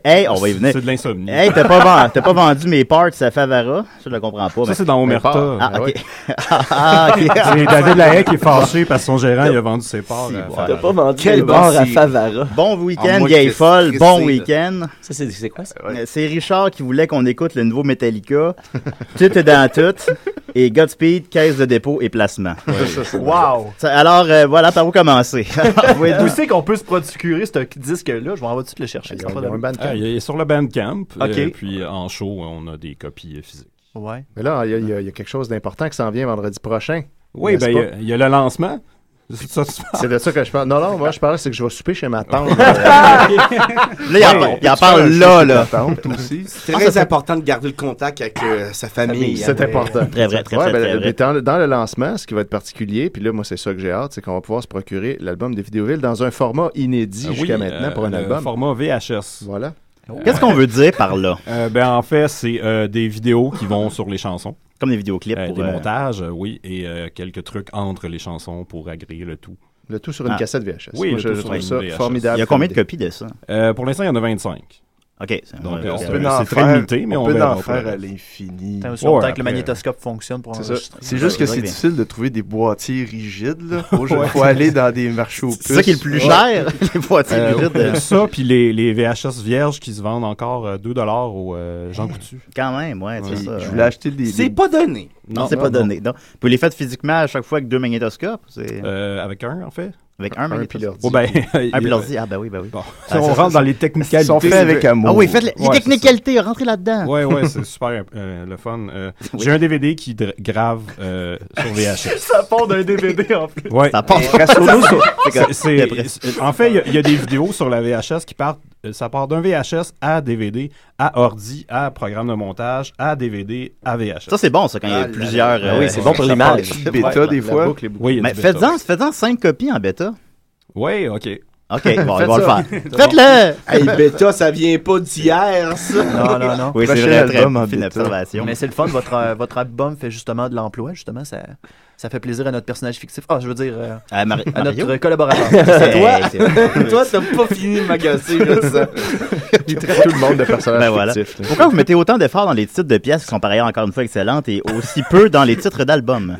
S6: Hey, on va y venir.
S10: C'est de l'insomnie.
S6: Hey, t'as pas, ven- t'as pas vendu mes parts à Favara? Ça, je le comprends pas.
S11: Ça,
S6: mais-
S11: c'est dans Omerta.
S6: Ah,
S11: Ben
S6: ok.
S11: ouais.
S6: ah, ok. Ah,
S11: C'est David Lahaye qui est fâché parce que son gérant il a vendu ses parts. à
S7: T'as
S11: Favara.
S7: pas vendu Quel les bars à Favara.
S6: Bon
S7: Ah,
S6: week-end,
S7: moi,
S6: gay
S7: j'étais
S6: folle.
S7: stressé,
S6: Bon
S7: là.
S6: week-end.
S7: Ça, c'est c'est quoi ça?
S6: Euh, C'est Richard qui voulait qu'on écoute le nouveau Metallica. tout est dans tout. Et Godspeed, caisse de dépôt et placement.
S10: Wow!
S6: Ça, Alors, euh, voilà par où commencer.
S10: Où c'est qu'on peut se procurer ce disque-là? Je vais en va-tu te le chercher? ça va de-
S11: Ah, il est sur le Bandcamp.
S10: Ok.
S11: euh, puis en show, on a des copies euh, physiques.
S10: Ouais.
S8: Mais là, il y a- il y, a- il y a quelque chose d'important qui s'en vient vendredi prochain.
S11: Oui,
S8: N'est-ce
S11: ben il y
S8: pas?
S11: a- il y, a le lancement. C'est ça, tu parles.
S8: C'est de ça que je parle. Non, non, moi, je parle, c'est que je vais souper chez ma tante.
S9: Là,
S8: il en- il en parle là, là.
S9: C'est
S8: Ah,
S9: très
S8: ça fait-
S9: important de garder le contact avec euh, sa famille.
S8: C'est important. Ouais, ben, Dans, dans le lancement, ce qui va être particulier, puis là, moi, c'est ça que j'ai hâte, c'est qu'on va pouvoir se procurer l'album de Vidéoville dans un format inédit
S11: Euh, oui,
S8: jusqu'à maintenant pour
S11: euh,
S8: un
S11: le
S8: album.
S11: Format VHS.
S8: Voilà.
S6: Qu'est-ce qu'on veut dire par là?
S11: Euh, ben, en fait, c'est euh, des vidéos qui vont sur les chansons.
S6: Comme des vidéoclips.
S11: Euh,
S6: pour,
S11: des
S6: euh,
S11: montages, euh, oui, et euh, quelques trucs entre les chansons pour agréer le tout.
S8: Le tout sur une cassette VHS.
S11: Oui,
S8: Moi,
S11: le
S8: je- je
S11: tout sur
S8: trouve
S11: une
S8: ça
S11: VHS.
S8: formidable.
S6: Ah. Il y a combien de copies de ça?
S11: Euh, pour l'instant, il y en a 25.
S6: OK.
S11: Donc,
S6: Ouais,
S11: euh,
S6: on
S11: c'est
S6: peut
S11: c'est
S9: hein.
S6: en
S11: très
S6: faire-
S11: limité, mais on,
S13: on peut
S11: verra
S13: en
S11: pour
S13: faire
S11: le
S13: à
S11: reste.
S13: l'infini.
S10: T'as aussi
S11: Ouais,
S10: longtemps que le
S11: après-
S10: magnétoscope fonctionne pour
S13: C'est ça.
S10: enregistrer.
S13: C'est juste que
S10: Ouais,
S13: c'est
S10: bien.
S13: difficile de trouver des boîtiers rigides. là. Faut,
S11: Ouais.
S13: faut aller dans des marchés aux puces.
S11: C'est ça qui est le plus cher,
S6: les boîtiers
S11: Euh,
S13: rigides.
S11: euh, ça, puis les, les VHS vierges qui se vendent encore euh, 2 au euh, Jean Coutu.
S6: Quand même, ouais, c'est
S11: Ouais.
S6: ça.
S11: Je
S6: ouais.
S11: voulais acheter des- C'est des-
S9: pas donné.
S6: Non,
S11: Non,
S6: c'est pas
S11: non,
S6: donné. Non. Puis les faites physiquement à chaque fois avec deux magnétoscopes?
S10: Euh,
S6: c'est-
S11: Ah. Euh, avec un, en fait.
S6: Avec un,
S11: Un
S6: magnétoscope.
S11: puis l'ordi. Oh, ben,
S6: un puis l'ordi. Ah, ben oui, ben oui.
S11: Ça, on rentre dans les technicalités.
S6: Ils sont faits avec amour. Ah oui, faites les- les technicalités, rentrez là-dedans.
S11: Ouais, ouais, c'est super euh, le fun. Euh, J'ai un DVD qui dra- grave euh, sur VHS.
S10: Ça part d'un DVD en plus.
S11: Ouais.
S10: Ça part.
S11: C'est- c'est- c'est- en fait, il y a- il y, a des vidéos sur la VHS qui partent. euh, Ça part d'un VHS à DVD, à ordi, à programme de montage, à DVD, à VHS.
S6: Ça, c'est bon, ça, quand il y a plusieurs. euh, ça parle. Ouais.
S11: Oui, il y a
S6: Mais
S11: du bêta
S6: faites-en
S11: aussi.
S6: faites-en cinq copies en bêta.
S11: Oui, OK.
S6: OK, bon, on va le
S9: ça.
S6: faire. Faites-le!
S9: Hey, bêta, ça vient pas d'hier, ça!
S10: Non, non, non.
S6: Oui, c'est
S10: Prochain
S6: vrai, très
S10: album en
S6: fine
S10: bêta.
S6: observation.
S10: Mais c'est le fun, votre, euh, votre album fait justement de l'emploi, justement, ça, ça fait plaisir à notre personnage fictif. Ah, je veux dire, euh,
S6: À Mar-
S10: à
S6: Mario?
S10: notre collaborateur.
S6: C'est
S10: toi,
S6: Hey, c'est vrai.
S10: toi,
S9: t'as pas fini de m'agacer, je sens.
S8: Il traite tout le monde de personnages
S6: Ben voilà.
S8: fictifs, là.
S6: Pourquoi vous mettez autant d'efforts dans les titres de pièces qui sont par ailleurs encore une fois excellentes et aussi peu dans les titres d'albums?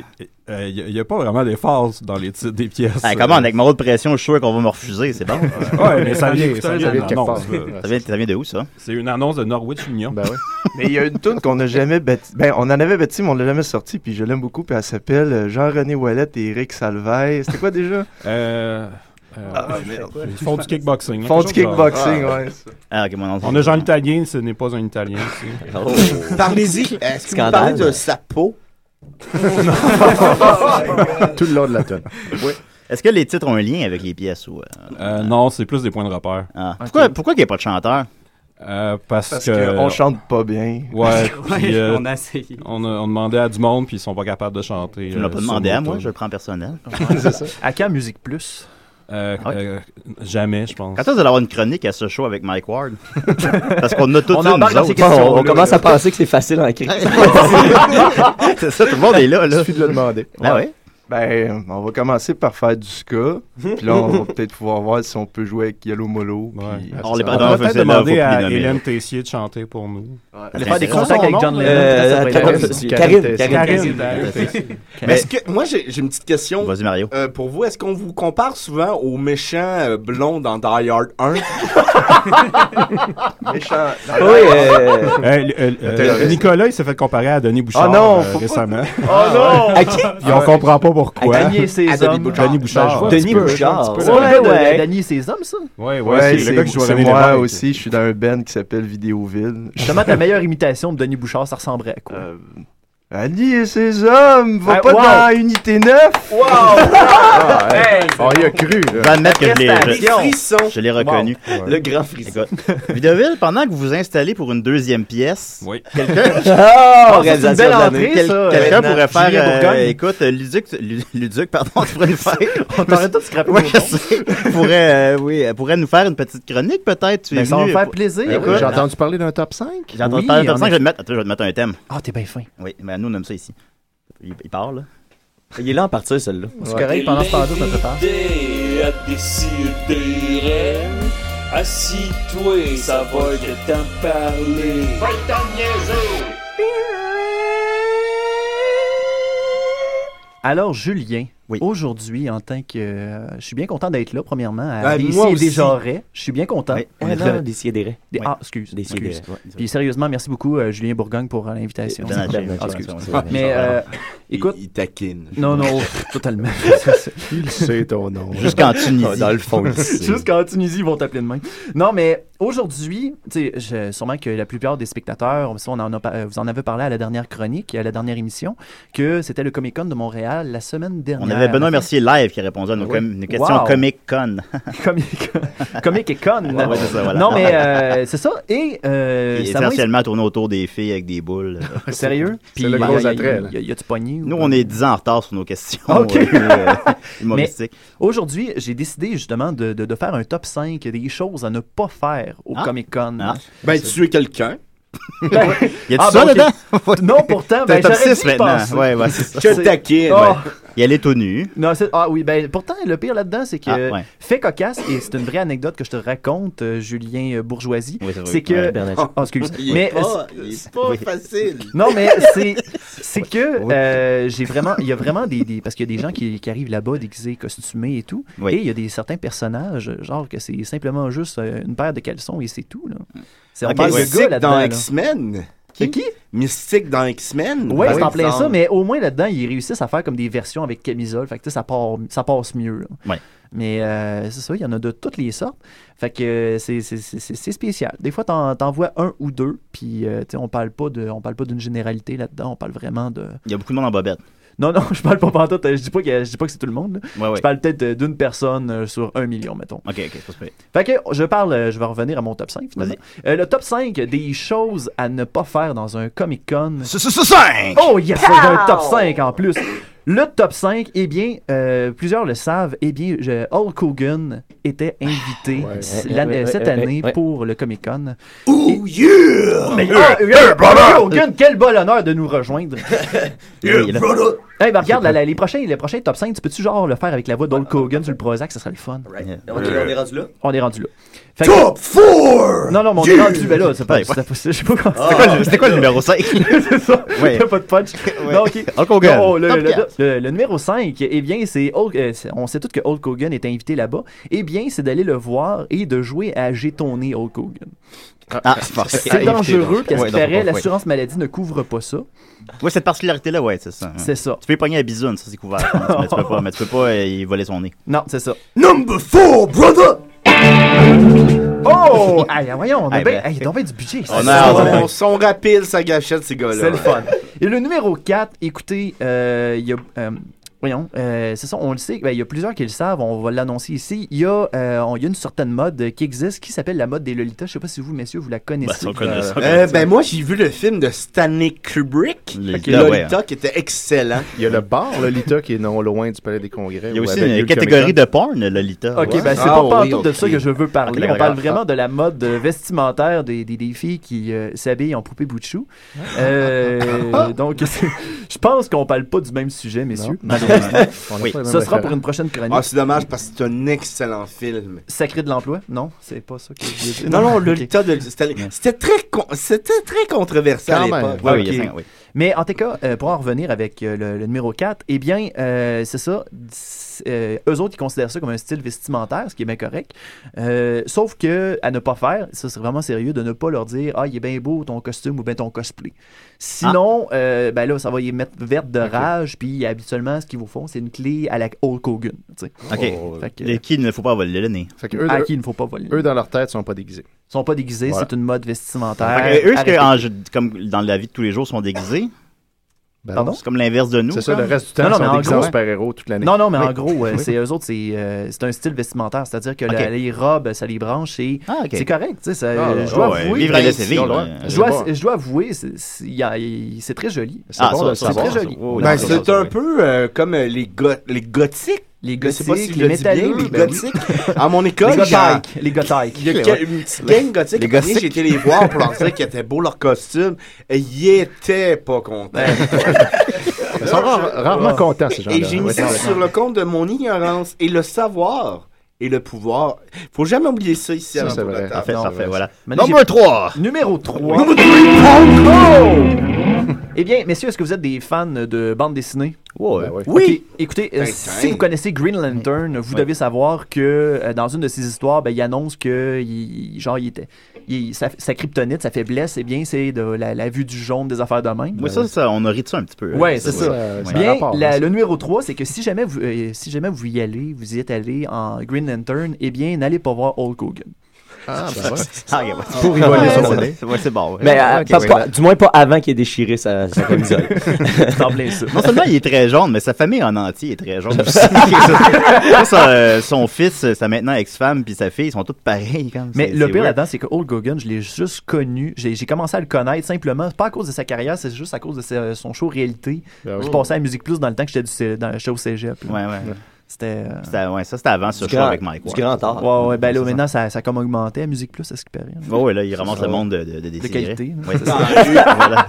S11: Euh, Il n'y a, pas vraiment d'effort dans les titres des pièces.
S6: Ah, comment, avec ma haute pression, je suis sûr qu'on va me refuser, c'est bon.
S11: Ouais, mais ça vient, ça vient, de
S6: Ça
S11: l'annonce, là.
S6: vient- ça vient de où, ça?
S11: C'est une annonce de Norwich Union.
S13: Mais il y a une tune qu'on n'a jamais bâtie. Ben, on en avait bâti, mais on l'a jamais sortie. Puis je l'aime beaucoup. Puis elle s'appelle euh, Jean-René Ouellet et Eric Salvaille. C'était quoi déjà
S11: Euh, euh,
S13: Ah, merde.
S11: Ils font du kickboxing. hein,
S13: Font du
S11: quelque chose de genre.
S13: kickboxing, ouais.
S6: Ah, ok, mon
S11: On a Jean Italien, ce n'est pas un Italien. c'est-
S9: Parlez-y. Est-ce que vous
S11: Scandale.
S9: parlez de sa peau?
S8: Tout le long de la tonne.
S6: Est-ce que les titres ont un lien avec les pièces ou. euh,
S11: non, c'est plus des points de repère.
S6: Ah. Pourquoi, pourquoi qu'il n'y a pas de chanteur?
S11: parce,
S13: Parce
S11: que.
S13: qu'on chante pas bien.
S11: Ouais,
S13: Ouais,
S11: puis, euh,
S13: on a essayé.
S11: On a, on demandait à du monde, puis ils sont pas capables de chanter.
S6: Tu ne l'as
S8: Euh,
S6: pas demandé à moi, je le prends personnel.
S10: À quand Musique Plus?
S11: Euh, jamais, je pense.
S6: Ah, Quand est-ce que vous allez avoir une chronique à ce show avec Mike Ward? Parce qu'on a tout
S7: On
S6: une, nous
S7: embarque dans ces
S6: autres.
S7: questions-là, On- on là. commence à penser que c'est facile en crise.
S6: c'est ça, tout le monde est là. là.
S8: Suffit de le demander.
S6: Ah ouais?
S13: Ben, on va commencer par faire du ska. Puis là, on va peut-être pouvoir voir si on peut jouer avec Yellow Molo. puis-
S11: On va peut-être demander à Hélène Tessier de chanter pour nous.
S13: Allez faire des contacts avec John Lennon,
S7: Euh, ça, ça pourrait être- Karine, Karine,
S11: Karine.
S9: Mais est-ce que moi j'ai j'ai une petite question.
S6: Vas-y, Mario.
S9: Euh, pour vous, est-ce qu'on vous compare souvent aux méchants euh, blonds dans Die Hard 1
S13: Méchant.
S11: Euh, euh,
S13: Le
S11: euh,
S13: terroriste.
S11: Nicolas, il s'est fait comparer à Denis Bouchard
S13: Ah non,
S11: euh,
S13: faut pas-
S11: récemment.
S13: Ah non!
S11: À qui? Puis on comprend pas pourquoi.
S10: Danny et ses
S11: Denis
S10: hommes.
S11: Bouchard. Denis
S10: Ben, je
S11: Bouchard.
S10: vois un petit peu, je vois un petit peu.
S11: Ouais,
S10: Le gars de-
S11: ouais.
S10: de Danny et ses hommes, ça?
S11: Ouais,
S13: Ouais,
S11: c'est
S13: c'est
S11: le gars qui joue à
S13: c'est
S11: René
S13: moi
S11: Lévesque.
S13: aussi, je suis dans un band qui s'appelle Vidéoville. Euh,
S10: Justement, ta meilleure imitation de Denis Bouchard, ça ressemblerait à quoi?
S13: Annie et ses hommes, va
S10: Ah,
S13: pas
S10: wow.
S13: dans Unité Ah, 9! Wow!
S11: Ah,
S13: Oh,
S8: Bon, il a cru, là.
S6: Je vais admettre que je l'ai- je-
S9: Prestation.
S10: Ben,
S9: Frisson.
S6: je l'ai reconnu.
S9: Wow. Ouais. Le grand frisson.
S6: Écoute, Vidoville, pendant que vous vous installez pour une deuxième pièce, quelqu'un
S7: Ah,
S6: Quel-
S7: réalisation de l'année.
S6: quel-
S7: ça,
S6: quelqu'un
S7: maintenant.
S6: pourrait faire.
S7: Julien
S6: euh,
S7: Bourgogne.
S6: écoute, euh, Luduc, Lu- Luduc, pardon, tu pourrais nous faire.
S10: On t'aurait tout scrappé
S6: Ouais,
S10: nos
S6: je sais. pourrait, euh, oui, euh, pourrait nous faire une petite chronique peut-être. Tu
S10: Ben,
S6: es
S10: ça va
S6: venu,
S10: me faire
S6: euh,
S10: plaisir.
S6: écoute,
S10: Oui.
S6: j'ai entendu-
S8: entendu parler d'un top 5?
S6: j'ai entendu
S10: Oui,
S6: parler de personnes,
S10: en
S6: je vais te mettre, attends, je vais te mettre un thème.
S10: Ah, t'es bien fin.
S6: Oui, mais nous on aime ça ici. Il, il parle. là.
S7: Il est là en partir, celle-là.
S10: C'est correct, pendant ce temps-là, je me prépare.
S14: L'idée à décider. Assis-toi, ça va être le temps de parler. Va le temps de niaiser!
S10: Alors, Julien, aujourd'hui, en tant que. euh, je suis bien content d'être là, premièrement, à
S7: Ah,
S10: des
S7: moi
S10: et des
S7: aussi.
S10: jarrets. Je suis bien content.
S7: Oui, on est là, des si et des raies.
S10: Des-
S7: Oui.
S10: Ah, excuse.
S7: Des si et des
S10: excuse.
S7: raies, ouais,
S10: Puis sérieusement, merci beaucoup, euh, Julien Bourgogne, pour euh, l'invitation.
S6: Donald
S10: Ah,
S6: James,
S10: excuse.
S6: ouais, ouais, ouais.
S10: Mais, euh,
S7: Ah,
S9: Il-
S10: écoute.
S9: il taquine.
S10: Non, non, totalement.
S9: Il sait ton nom.
S6: Jusqu'en Tunisie. Dans le fond, il sait.
S10: Jusqu'en Tunisie, ils vont t'appeler de même. Non, mais aujourd'hui, tu sais, je- sûrement que la plupart des spectateurs, ça, on en a par- euh, vous en avez parlé à la dernière chronique, à la dernière émission, que c'était le Comic Con de Montréal la semaine dernière.
S6: On avait Benoît
S10: Enfin,
S6: Mercier live qui répondait à nos,
S10: Oui.
S6: com- nos questions
S10: Wow.
S6: Comic Con.
S10: Comic et Con.
S6: Ouais, ouais, c'est ça, voilà.
S10: Non, mais euh, c'est ça. Et euh,
S6: Et
S10: ça m'a
S6: essentiellement tourné autour des filles avec des boules.
S10: Sérieux?
S6: Puis
S10: C'est le
S6: y a-
S10: gros
S6: y a-
S10: attrait,
S6: y a-
S10: là. Y a-tu pogné? ou-
S6: Nous, on est 10 ans en retard sur nos questions
S10: OK.
S6: euh, euh,
S10: Mais
S6: humoristiques.
S10: aujourd'hui, j'ai décidé justement de, de- de faire un top 5 des choses à ne pas faire au
S6: Ah.
S10: Comic Con.
S6: Ah.
S9: Ben, tuer quelqu'un.
S6: Y a-tu ça
S10: ben,
S6: OK.
S10: Non, pourtant,
S6: T'es
S10: ben,
S6: top
S10: j'aurais
S6: 6
S10: dû y
S6: maintenant.
S10: penser.
S6: Ouais, ouais, c'est ça.
S10: C'est-
S6: Je taquine,
S10: Oh.
S6: ouais. Il allait tout nu.
S10: Non, c'est- ah oui, ben pourtant le pire là-dedans, c'est que
S6: Ah, ouais.
S10: fait cocasse et c'est une vraie anecdote que je te raconte, euh, Julien euh, Bourgeoisie,
S6: Oui, c'est vrai.
S10: c'est que
S6: Ouais, Bernard.
S10: Ah, excuse,
S9: Il est
S10: mais
S9: pas-
S10: c'est-
S9: il est pas facile.
S10: Non, mais c'est c'est que euh, j'ai vraiment, il y a vraiment des, des- parce qu'il y a des gens qui, qui arrivent là-bas déguisés, costumés et tout,
S6: Oui.
S10: et il y a des certains personnages, genre que c'est simplement juste euh, une paire de caleçons et c'est tout là. C'est on
S9: Ok,
S10: parle de
S9: Mystique
S10: gars là-dedans,
S9: dans
S10: là.
S9: X-Men. Qui? Mystique dans X-Men. Ben,
S10: Ouais,
S9: par
S6: Ben
S10: c'est en plein
S9: exemple.
S10: ça, mais au moins là-dedans, ils réussissent à faire comme des versions avec camisole. Fait que tu sais, ça, part, ça passe mieux. là.
S6: Ouais.
S10: Mais euh, c'est ça, il y en a de toutes les sortes. Fait que euh, c'est- c'est c'est- c'est spécial. Des fois, t'en t'en vois un ou deux, puis euh, tu sais, on parle pas de, on parle pas d'une généralité là-dedans, on parle vraiment de.
S6: Il y a beaucoup de monde en bobette.
S10: Non, non, je parle pas pantoute, euh, je dis pas que je dis pas que c'est tout le monde. là.
S6: Ouais, ouais.
S10: Je parle peut-être euh, d'une personne euh, sur un million, mettons.
S6: OK, OK, c'est pas super.
S10: Fait que je parle, euh, je vais revenir à mon top 5 finalement. Euh, le top 5 des choses à ne pas faire dans un Comic Con.
S6: C'est 5!
S10: Oh yes, j'ai un
S6: Pow!
S10: top 5 en plus. Le top 5, eh bien, euh, plusieurs le savent, eh bien, je- Hulk Hogan était invité c-
S7: ouais,
S10: l'an-
S7: ouais,
S10: euh, cette
S7: ouais,
S10: année
S7: ouais.
S10: pour le Comic Con. Oh yeah! Mais ah,
S7: Yeah,
S10: yeah,
S7: brother!
S10: Hulk Hogan, quel bol honneur de nous rejoindre.
S7: Yeah, brother!
S10: Hey, ben, regarde, la- la- les, prochains, les prochains top 5, tu peux-tu genre le faire avec la voix d'Hulk Hogan sur le Prozac, ça serait le fun.
S7: On est- on est rendu là?
S10: On est rendu là. Top 4! Non, non, mais on est
S7: Yeah!
S10: rendu ben là, c'est pas,
S7: Ouais, Ah,
S10: c'est pas- je sais pas comment-
S7: C'était quoi le- c'était quoi le
S6: numéro 5?
S10: c'est ça,
S7: Ouais.
S10: t'as pas de punch. Non, ok.
S6: Hulk Hogan.
S10: Non, le,
S6: Top
S10: le-
S6: quatre.
S10: le- le numéro 5, eh bien, c'est Hulk- euh, c'est- on sait tous que Hulk Hogan est invité là-bas. Eh bien, c'est d'aller le voir et de jouer à Gétonné Hulk Hogan.
S6: Ah, c'est pas-
S10: C'est
S6: ah, invité,
S10: dangereux,
S6: donc.
S10: qu'est-ce
S6: Ouais,
S10: qu'il
S6: donc,
S10: paraît,
S6: ouais.
S10: l'assurance maladie ne couvre pas ça.
S6: Oui, cette particularité-là, ouais, c'est ça. hein.
S10: C'est ça.
S6: Tu peux y pogner à bisoune, ça c'est couvert. mais tu peux pas, mais tu peux pas euh, y voler son nez.
S10: Non, c'est ça.
S6: Number 4, brother!
S10: Oh! Hey, voyons, on a
S6: Eh
S10: bien
S6: ben.
S10: hey, ils ont bien du budget. ça.
S9: On a son, son rapide, ça gâchette, ces gars-là.
S10: C'est le fun. Et le numéro 4, écoutez, euh, il y a. euh, Voyons, euh, c'est ça, on le sait, ben, il y a plusieurs qui le savent, on va l'annoncer ici. Il y, a, euh, on- il y a une certaine mode qui existe qui s'appelle la mode des Lolitas. Je sais pas Bah, si vous, messieurs, vous la connaissez.
S9: Euh, euh, ben moi j'ai vu le film de Stanley Kubrick,
S8: Lolita,
S9: Lolita,
S8: ouais,
S9: qui était excellent.
S10: Euh,
S8: Il y a le bar Lolita qui est non loin du Palais des Congrès.
S6: Il y a aussi une catégorie de porn, Lolita.
S10: ben, Ok,
S6: Ouais.
S10: ben c'est
S6: Ah,
S10: pas
S6: oui,
S10: partout de
S6: ok.
S10: ça que je veux
S6: Ok,
S10: parler. On
S6: d'accord.
S10: parle vraiment de la mode euh, vestimentaire des, des, des filles qui euh, s'habillent en poupée bout de chou. Euh, donc, c'est- je pense qu'on parle pas du même sujet, messieurs.
S6: Non, non,
S10: Oui. Ça sera pour une prochaine chronique.
S9: Ah, c'est dommage parce que c'est un excellent film.
S10: Sacré de l'emploi? Non, c'est pas ça que je voulais dire.
S9: Non, non, le lutteur de c'était c'était très con- c'était très controversé à
S10: Quand même.
S9: l'époque.
S10: Ouais, Ah oui, il y a cinq, oui. Mais en tout cas, euh, pour en revenir avec euh, le, le numéro 4, eh bien, euh, c'est ça. dix- euh, eux autres, ils considèrent ça comme un style vestimentaire, ce qui est bien correct. Euh, sauf que, à ne pas faire, ça c'est vraiment sérieux, de ne pas leur dire Ah, il est bien beau ton costume ou bien ton cosplay. Sinon,
S6: Ah.
S10: euh, ben là, ça va y mettre verte de rage, puis habituellement, ce qu'ils vous font, c'est une clé à la Hulk Hogan. tu sais.
S6: OK.
S8: Oh,
S10: Fait que-
S6: Les qui il ne faut pas voler le nez.
S10: à qui il ne faut pas voler.
S6: eux,
S8: dans leur tête, sont pas déguisés.
S10: sont pas déguisés,
S6: Voilà.
S10: c'est une mode vestimentaire.
S6: Fait que eux, ce que,
S10: Arrêtez.
S6: en jeu- comme dans la vie de tous les jours, sont déguisés.
S10: Pardon?
S6: C'est comme l'inverse de nous.
S8: C'est ça,
S6: comme.
S8: le reste du temps,
S10: Non, non,
S8: ils
S10: mais
S8: sont
S10: en
S8: déguisés en
S10: gros-
S8: super-héros toute l'année.
S10: Non, non, mais en
S8: Oui.
S10: gros, euh,
S8: Oui.
S10: c'est eux autres, c'est euh, c'est un style vestimentaire. C'est-à-dire que
S8: Ok.
S10: la- les robes, ça les branche et
S6: Ah, ok.
S10: c'est correct. tu sais, ça-
S6: Ah, ouais,
S10: je dois
S6: ouais,
S10: avouer.
S6: vivre à la séville, là.
S10: Je dois-
S6: C'est bon.
S10: je dois avouer, c'est- c'est il y a- il- c'est très joli.
S9: Ah, bon ça, de le ça,
S10: c'est
S9: savoir,
S10: très
S9: ça.
S10: joli.
S9: Oh, oui, Ben, d'accord, c'est ça, un oui. peu comme euh, les, les gothiques.
S10: Les
S9: Je sais pas si
S10: gothiques,
S9: je
S10: les
S9: le dis bien,
S10: métalleux,
S9: les
S10: ben oui.
S9: gothiques. À mon école,
S10: Les
S9: il y a-
S10: gothiques, les gothiques.
S9: Il y a
S10: Les
S9: quel-
S10: gothiques.
S9: une petite gang gothique.
S10: Les
S9: Les gothiques.
S10: gothiques.
S9: J'ai été les voir pour leur dire qu'ils étaient beaux leurs costumes et ils étaient pas contents.
S8: Ils sont rare- rarement contents, ces gens-là.
S9: Et j'ai mis
S8: Ouais,
S9: ça
S8: c'est
S9: sur
S8: vrai.
S9: le compte de mon ignorance et le savoir et le pouvoir. Faut jamais oublier ça ici.
S6: Ça,
S9: à
S6: c'est
S9: l'entour de la
S6: vrai.
S9: table.
S6: Ben, Parfait,
S9: Non,
S6: parfait,
S9: c'est-
S6: voilà.
S9: Mais
S6: Number
S9: j'ai-
S6: 3.
S10: Numéro 3.
S9: Numéro 3.
S10: Eh bien, messieurs, est-ce que vous êtes des fans de bande dessinée?
S6: Ben oui.
S10: Oui. Écoutez, euh,
S6: Tintin.
S10: si vous connaissez Green Lantern, vous devez savoir que euh, dans une de ses histoires, ben, il annonce que il- genre, il était, il- sa, sa kryptonite, sa faiblesse, eh bien, c'est de la, la vue du jaune des affaires de même.
S6: Oui, ça, ça, on a ri de ça un petit peu.
S10: Ouais, c'est ça.
S6: ouais.
S10: Bien, la- le numéro 3, c'est que si jamais, vous, euh, si jamais vous y allez, vous y êtes allé en Green Lantern, eh bien, n'allez pas voir Hulk Hogan.
S6: Ah, ben
S10: ouais.
S6: voilà. Ah, ok, ouais.
S7: Pour y voler son
S6: Ouais,
S7: nez.
S6: c'est- ouais, c'est bon. ouais.
S7: Mais euh,
S6: Ok,
S7: pas-
S6: ouais.
S7: pas- du moins pas avant qu'il ait déchiré sa, sa camisole.
S6: Non seulement il est très jaune, mais sa famille en entier est très jaune. aussi. Ça, ça, euh, son fils, euh, sa maintenant ex-femme, puis sa fille, ils sont tous pareils. Comme.
S10: Mais
S6: C'est-
S10: le
S6: c'est
S10: pire
S6: weird.
S10: là-dedans, c'est que Hulk Hogan, je l'ai juste connu. J'ai j'ai commencé à le connaître simplement, pas à cause de sa carrière, c'est juste à cause de sa- son show réalité.
S6: Ben oui.
S10: Je passais à Musique Plus dans le temps que j'étais du cé- dans- j'étais au cégep. là.
S6: Ouais, ouais.
S10: C'était.
S6: C'était- ouais, ça, c'était avant ce
S10: Du
S6: show
S10: grand-
S6: avec Mike.
S10: du
S6: Ward.
S10: grand art. Ouais, ouais, ben là,
S6: Ah, C'est ça.
S10: maintenant, ça, ça a comme augmenté à Musique Plus, à ce qui paraît.
S6: Ouais, ouais, là, il ramasse
S10: Ça,
S6: le monde de, de, de,
S10: De
S6: Désiré.
S10: qualité. là.
S6: Ouais, c'est ça.
S10: Ah,
S6: Voilà.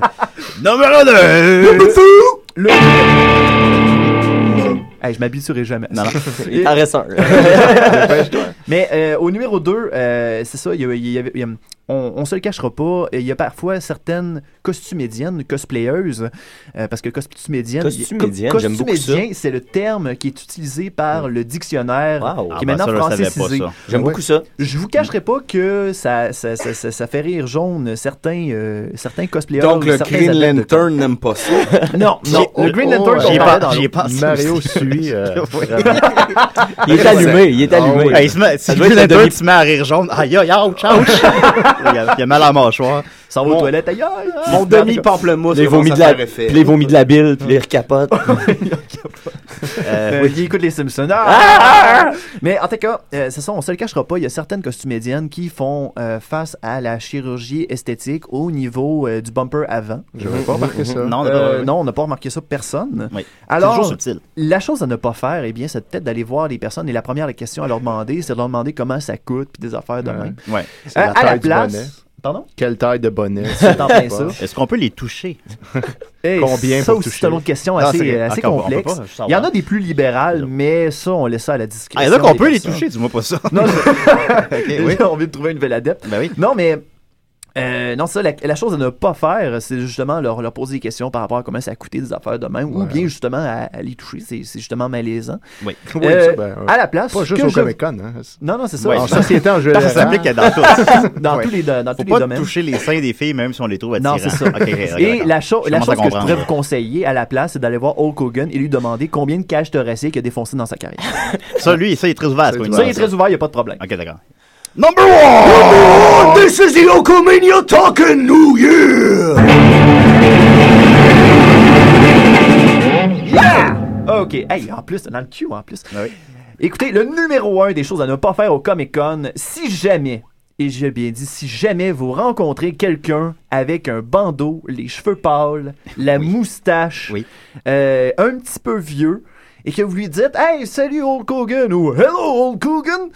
S6: Numéro Ah, 2!
S10: Le... Hey, je m'habituerai jamais.
S6: Non, non.
S7: Il t'en reste un.
S10: Mais euh, au numéro 2, c'est ça, il y a- il y avait- il y a- on, on se le cachera pas, il y a parfois certaines costumédiennes, cosplayeuses, euh, parce que costumédienne,
S7: Costumédienne,
S10: co-
S7: j'aime beaucoup ça.
S10: costumédien, c'est le terme qui est utilisé par le dictionnaire qui est
S7: Ah, ben
S10: maintenant
S7: ça, je savais pas
S10: francisé.
S7: ça. J'aime beaucoup ça.
S10: Je vous cacherai pas que ça, ça, ça, ça- ça fait rire jaune certains, euh, certains cosplayers.
S9: Donc, le
S10: certains
S9: Green
S10: adeptes de-
S9: Lantern n'aime pas ça.
S10: Non, non, le Green Lantern, qu'on parlait dans l'autre.
S8: Mario suit. euh, vraiment.
S7: Il est allumé, il est allumé.
S6: Ah, il se met, si
S7: Ça
S6: tu
S7: doit être
S6: le
S7: la
S6: deux,
S7: demi-
S6: tu se mets à rire jaune. Aïe, aïe, ouch, ouch. il, a, il a mal à la mâchoire.
S10: Ça va aux toilettes, aïe, aïe.
S9: Mon demi-pamplemousse
S7: Les vomis
S9: commence
S7: de
S9: à
S7: la,
S9: faire effet.
S7: puis les vomis de la bile, puis les recapotes.
S10: Euh,
S7: oui.
S10: Il écoute les Simpsons. Ah! Mais en tout cas, euh, c'est ça, on se le cachera pas. Il y a certaines costumédiennes qui font euh, face à la chirurgie esthétique au niveau euh, du bumper avant.
S8: J'avais pas remarqué ça.
S10: Non,
S8: Non,
S10: on
S8: on a pas- oui.
S10: non, on n'a pas remarqué ça personne.
S6: C'est
S10: Euh, Alors,
S6: toujours subtil.
S10: la chose à ne pas faire, eh bien, c'est peut-être d'aller voir les personnes. Et la première question à leur demander, c'est de leur demander comment ça coûte, puis des affaires de même.
S6: Ouais.
S10: Euh, à la place. Pardon?
S8: Quelle taille de bonnet?
S10: C'est en plein ça.
S6: Est-ce qu'on peut les toucher?
S10: Hey, ça aussi, c'est une autre question assez, euh, assez complexe. Il y en a des plus libérales, mais ça, on laisse ça à la discrétion.
S6: Ah, il y en a qu'on
S10: des
S6: peut les
S10: personnes.
S6: toucher, dis-moi pas ça.
S10: Non,
S6: Ok, oui.
S10: Déjà, on vient de trouver une nouvelle adepte. Non, mais. euh, non, ça, la, la chose à ne pas faire, c'est justement leur, leur poser des questions par rapport à comment ça a coûté des affaires de même, ou bien justement à, à les toucher, c'est c'est justement malaisant.
S6: Oui.
S10: Euh,
S8: Oui, ça, ben, ouais.
S10: à la place.
S8: Pas juste
S10: que
S8: au
S10: je-
S8: Comic-Con. Hein.
S10: Non, non, c'est ça.
S8: Ouais, en société, en jeu
S10: Parce-
S8: de rang.
S10: Dans
S6: Ouais.
S10: tous les, do- dans
S6: Faut
S10: tous les
S6: pas
S10: domaines.
S6: toucher les seins des filles, même si on les trouve attirants.
S10: Non, c'est ça.
S6: Ok, ok, ok,
S10: et
S6: d'accord.
S10: la, cho-
S6: Je
S10: la
S6: commence
S10: chose que
S6: à
S10: je pourrais
S6: comprendre.
S10: vous conseiller à la place, c'est d'aller voir Hulk Hogan et lui demander combien de cages thoraciques il a défoncé dans sa carrière.
S6: Ça, lui, ça, il est très ouvert.
S10: Ça, il est très ouvert, il n'y a pas de problème.
S6: Ok, d'accord.
S5: Number one! Number one! This is the Okomania Talking New Year!
S10: Yeah! Ah, OK. Hey, en plus, dans le cul, en plus. Écoutez, le numéro un des choses à ne pas faire au Comic-Con, si jamais, et j'ai bien dit, si jamais vous rencontrez quelqu'un avec un bandeau, les cheveux pâles, la moustache, euh, un petit peu vieux, et que vous lui dites « Hey, salut Hulk Hogan » ou « Hello Hulk Hogan »,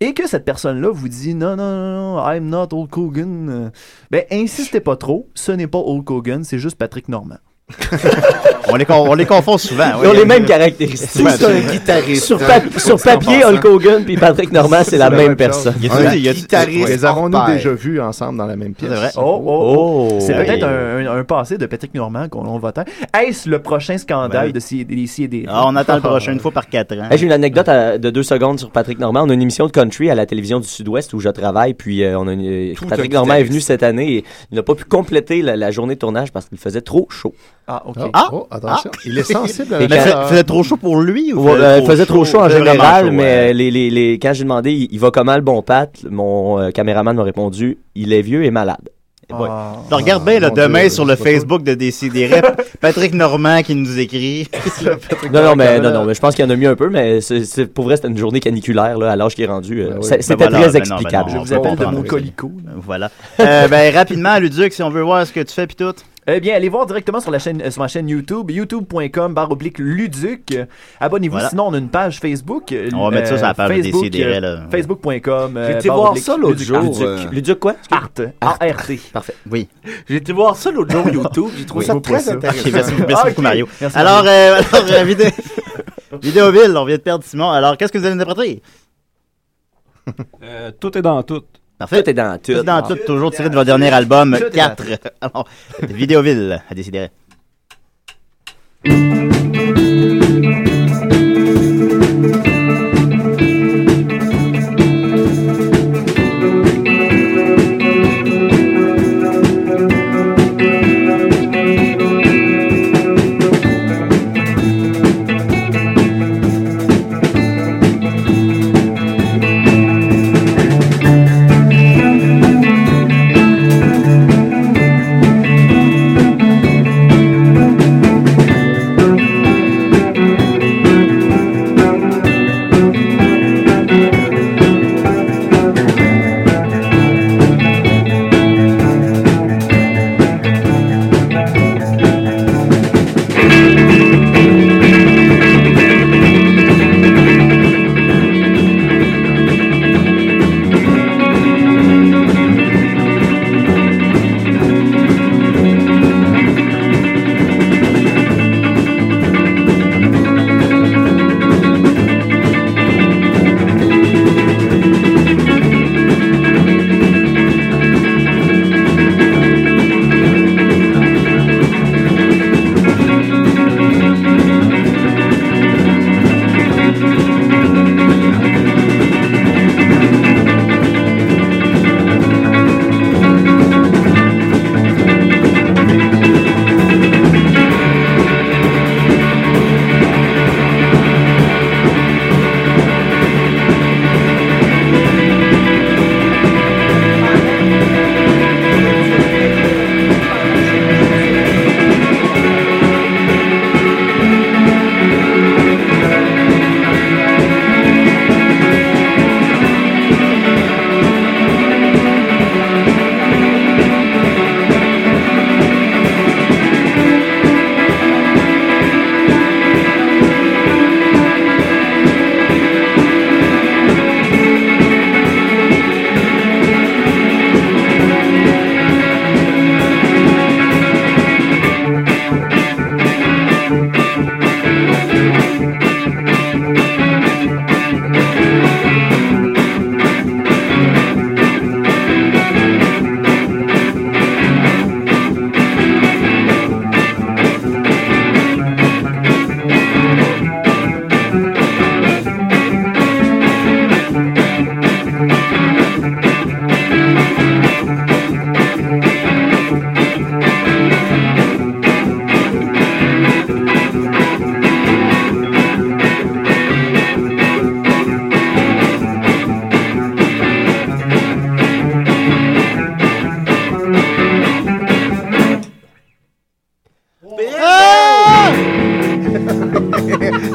S10: et que cette personne-là vous dit « Non, non, non, non, euh, I'm not Hulk Hogan », ben, insistez pas trop, ce n'est pas Hulk Hogan, c'est juste Patrick Norman.
S6: on, les con- on les confond souvent.
S7: Ils ont
S6: oui.
S7: les mêmes caractéristiques.
S6: Ouais, absolument.
S7: Sur,
S10: hein.
S7: pa- sur papier, Hulk Hogan puis Patrick Norman, c'est la même personne.
S8: Il y a Les avons-nous déjà vus ensemble dans la même pièce?
S10: Oh, oh, oh. C'est
S8: Hey.
S10: peut-être un, un- un passé de Patrick Normand qu'on on votait. Est-ce le prochain scandale
S7: Ben oui.
S10: de C- des CDR?
S7: Ah, on attend le prochain,
S6: une fois par quatre ans.
S7: Hey, J'ai une anecdote à- de deux secondes sur Patrick Normand. On a une émission de country à la télévision du Sud-Ouest où je travaille. Puis euh, on a une- euh,
S6: Tout
S7: Patrick
S6: un
S7: Normand est
S6: guitariste.
S7: venu cette année et il n'a pas pu compléter la, la journée de tournage parce qu'il faisait trop chaud.
S10: Ah, ok.
S6: Ah!
S8: Oh, attention. Il est sensible à
S7: Et
S8: la
S7: quand-
S8: chaleur.
S6: pour lui
S7: Ouais, euh, il faisait trop chaud en
S6: vraiment
S7: général,
S6: chaud,
S7: mais
S6: ouais.
S7: euh, les, les, les- quand j'ai demandé, il, il va comment le bon Pat, mon euh, caméraman m'a répondu, il est vieux et malade.
S6: Ouais. Alors, regarde bien, là, demain, sur le Facebook de Décideret, Patrick Normand qui nous écrit. Patrick
S7: Non, non,
S6: Normand,
S7: mais,
S6: là.
S7: non, non, mais je pense qu'il y en a mis un peu, mais c'est- c'est- pour vrai, c'était une journée caniculaire là, à l'âge qui est rendu. euh, ça- C'était
S6: Ben voilà,
S7: très
S6: ben non, ben
S7: explicable.
S6: non, on peut comprendre. Voilà.
S10: Euh,
S6: Euh, ben, rapidement, Luduc, si on veut voir ce que tu fais, puis tout.
S10: Eh bien, allez voir directement sur, la chaîne, euh, sur ma chaîne YouTube, youtube.com barre oblique luduc. Euh, Abonnez-vous,
S6: Voilà.
S10: sinon on a une page Facebook. euh,
S6: On va mettre ça sur la page de
S10: Facebook,
S6: Décideret,
S10: euh,
S6: là.
S10: Facebook.com. euh,
S9: J'ai été
S10: barre
S9: voir
S10: oblique
S9: ça l'autre
S10: Luduc.
S9: jour,
S10: Luduc.
S9: euh,
S7: Luduc quoi?
S10: Art. A-R-T.
S7: Parfait.
S6: Oui.
S9: J'ai été voir ça l'autre jour YouTube, j'ai trouvé
S6: Oui.
S9: ça
S6: Moi
S9: très
S6: aussi.
S9: intéressant.
S6: Ok, merci beaucoup, merci
S9: Ah,
S6: beaucoup,
S9: ok.
S6: Mario.
S9: Merci,
S6: alors,
S9: Mario.
S6: euh, alors, euh, vidé- Vidéoville, on vient de perdre Simon. Alors, qu'est-ce que vous allez nous apporter?
S11: Euh, tout est dans tout.
S6: Parfait.
S7: Tout est dans tout.
S6: Tout est dans tout,
S7: Ah.
S6: toujours tiré de votre dernier album,
S7: Tout est dans
S6: 4. Alors, Vidéoville, à décider.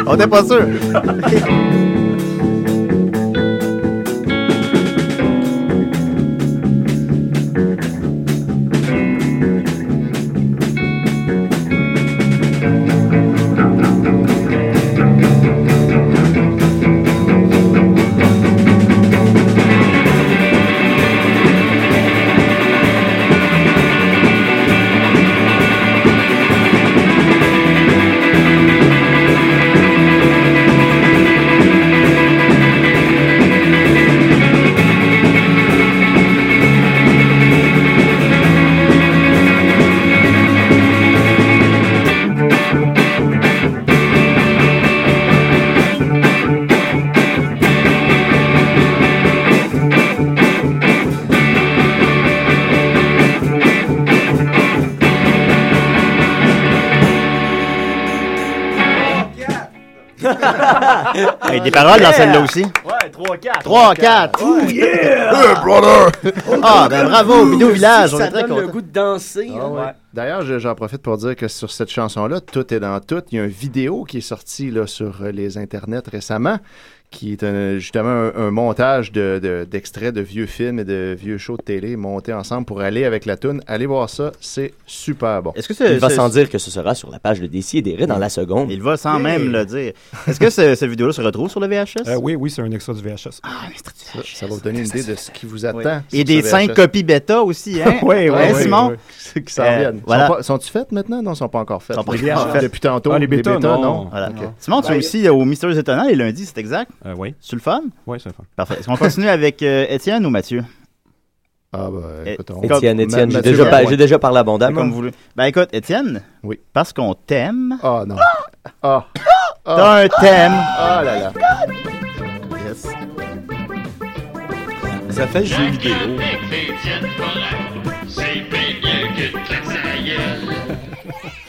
S6: On n'est pas sûr.
S5: Thank
S6: Avec des paroles dans
S9: Yeah!
S6: celle-là aussi.
S10: Ouais, 3-4.
S6: 3-4.
S9: Ouh, yeah!
S6: Hey, brother! Ah, ben bravo, Bidou Village, on
S9: Ça
S6: est très
S9: donne le
S6: contents.
S9: goût de danser.
S8: Ah
S9: hein.
S8: ouais. D'ailleurs, je- j'en profite pour dire que sur cette chanson-là, tout est dans tout. Il y a une vidéo qui est sortie là, sur euh, les internets récemment, qui est un- justement un, un montage de- de- d'extraits de, vieux films et de vieux shows de télé montés ensemble pour aller avec la toune. Allez voir ça, c'est super bon.
S6: Est-ce que c'est-
S7: Il va
S6: c'est-
S7: sans dire que ce sera sur la page de Décis et des dans la seconde.
S6: Il va sans
S7: Yeah.
S6: même le dire. Est-ce que ce- cette vidéo-là se retrouve sur le VHS?
S11: Euh, oui, oui, c'est un extra du VHS.
S6: Ah, Ça,
S8: ça va vous donner une idée de ce qui vous attend.
S6: Oui.
S8: sur
S6: Et des
S8: ce
S6: 5
S8: VHS.
S6: copies bêta aussi, hein?
S8: Oui, oui,
S6: Hein,
S8: oui,
S6: Simon?
S8: oui. C'est qu'ils s'en
S6: Euh,
S8: viennent.
S6: voilà.
S8: Sont pas- Sont-ils faites maintenant? Non, ils sont pas encore faites.
S6: Sont pas
S8: Les
S6: encore
S8: VHS
S6: faites.
S8: depuis tantôt.
S6: Ah, les bêtas,
S8: non.
S6: Voilà.
S8: Ok.
S6: Simon, tu es
S8: Ouais.
S6: aussi euh, au Mystérieux Étonnant les lundis, c'est exact?
S11: oui.
S6: C'est le fun?
S11: Oui, c'est le fun.
S6: Parfait. Est-ce qu'on continue avec euh, Étienne ou Mathieu?
S8: Ah, bah, écoute, on-
S7: Étienne, Étienne, j'ai
S6: Mathieu
S7: déjà par-
S6: Benoît.
S7: j'ai déjà parlé
S8: Ah
S7: abondamment.
S6: Comme voulu. Ben écoute, Étienne,
S8: oui.
S6: parce qu'on t'aime.
S8: Ah non.
S6: T'as un thème.
S8: Ah là là.
S6: Yes.
S9: Ça fait jeu vidéo.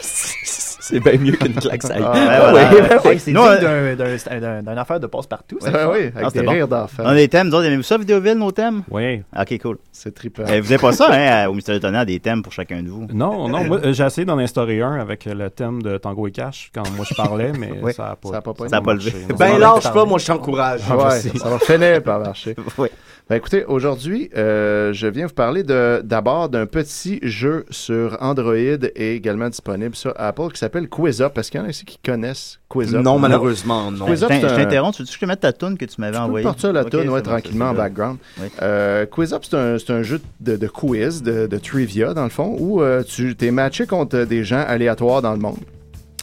S7: C'est bien mieux qu'une claque ça.
S6: Ah, ouais, ouais,
S8: ben
S6: ouais.
S10: C'est
S6: Nous,
S10: digne
S6: euh,
S10: d'un- d'un- c'est d'un- d'une affaire de passe-partout. Ah,
S6: Ouais, ouais, avec des rires d'enfants. On a des thèmes, vous autres, aimez-vous ça, Vidéoville, nos thèmes? Ah,
S11: Oui.
S6: Ok, cool.
S8: C'est trippant.
S6: Eh, vous n'avez pas ça, hein, au Mystère Étonnant, des thèmes pour chacun de vous?
S11: Non, non, moi, euh, j'ai essayé d'en instaurer un avec euh, le thème de Tango et Cash quand moi je parlais, mais
S6: Oui,
S11: ça n'a pas,
S6: ça
S11: ça
S6: a pas
S11: a
S6: pogné. Ça a pas
S11: marché,
S6: levé.
S11: non.
S6: Ben,
S11: Ça a
S6: lâche
S11: parlé.
S6: pas, moi, je t'encourage.
S8: Ah ouais,
S6: Vas-y.
S8: ça va finir par marcher.
S6: Oui.
S8: Ben écoutez, aujourd'hui, euh, je viens vous parler de- d'abord d'un petit jeu sur Android et également disponible sur Apple qui s'appelle QuizUp. Est-ce qu'il y en a ici qui connaissent QuizUp?
S9: Non, malheureusement, non.
S8: QuizUp,
S6: Attends,
S8: c'est
S6: Je
S8: un-
S6: t'interromps, tu veux que je te mette ta toune que tu m'avais
S8: On peut
S6: envoyée?
S8: partir la
S6: Ok,
S8: toune,
S6: c'est
S8: ouais,
S6: bon,
S8: tranquillement en
S6: c'est ça.
S8: background. Euh, quiz Up, c'est un, c'est un jeu de, de quiz, de, de trivia, dans le fond, où euh, tu t'es matché contre des gens aléatoires dans le monde.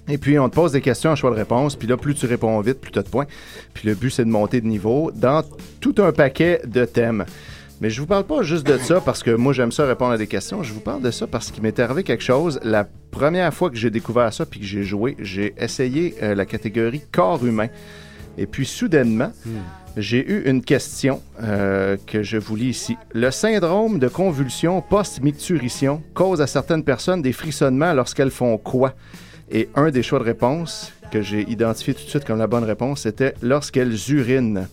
S8: Et puis, on te pose des questions à choix de réponse. Puis là, plus tu réponds vite, plus tu as de points. Puis le but, c'est de monter de niveau dans tout un paquet de thèmes. Mais je vous parle pas juste de ça parce que moi, j'aime ça répondre à des questions. Je vous parle de ça parce qu'il m'est arrivé quelque chose. La première fois que j'ai découvert ça puis que j'ai joué, j'ai essayé euh, la catégorie corps humain. Et puis, soudainement, j'ai eu une question euh, que je vous lis ici. Le syndrome de convulsion post-micturition cause à certaines personnes des frissonnements lorsqu'elles font quoi? Et un des choix de réponse que j'ai identifié tout de suite comme la bonne réponse, c'était lorsqu'elles urinent.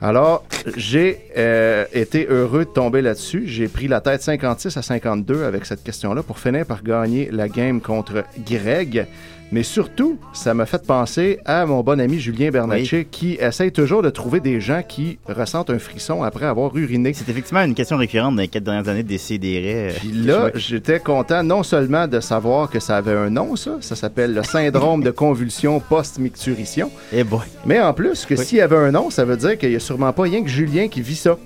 S8: Alors, j'ai euh, été heureux de tomber là-dessus. J'ai pris la tête 56 à 52 avec cette question-là pour finir par gagner la game contre Greg. Mais surtout, ça m'a fait penser à mon bon ami Julien Bernatchez qui essaye toujours de trouver des gens qui ressentent un frisson après avoir uriné.
S6: C'est effectivement une question récurrente dans les quatre dernières années euh, des CDR.
S8: Puis là, j'étais content non seulement de savoir que ça avait un nom, ça, ça s'appelle le syndrome de convulsion post-micturition,
S6: Eh
S8: mais en plus que s'il y avait un nom, ça veut dire qu'il n'y a sûrement pas rien que Julien qui vit ça.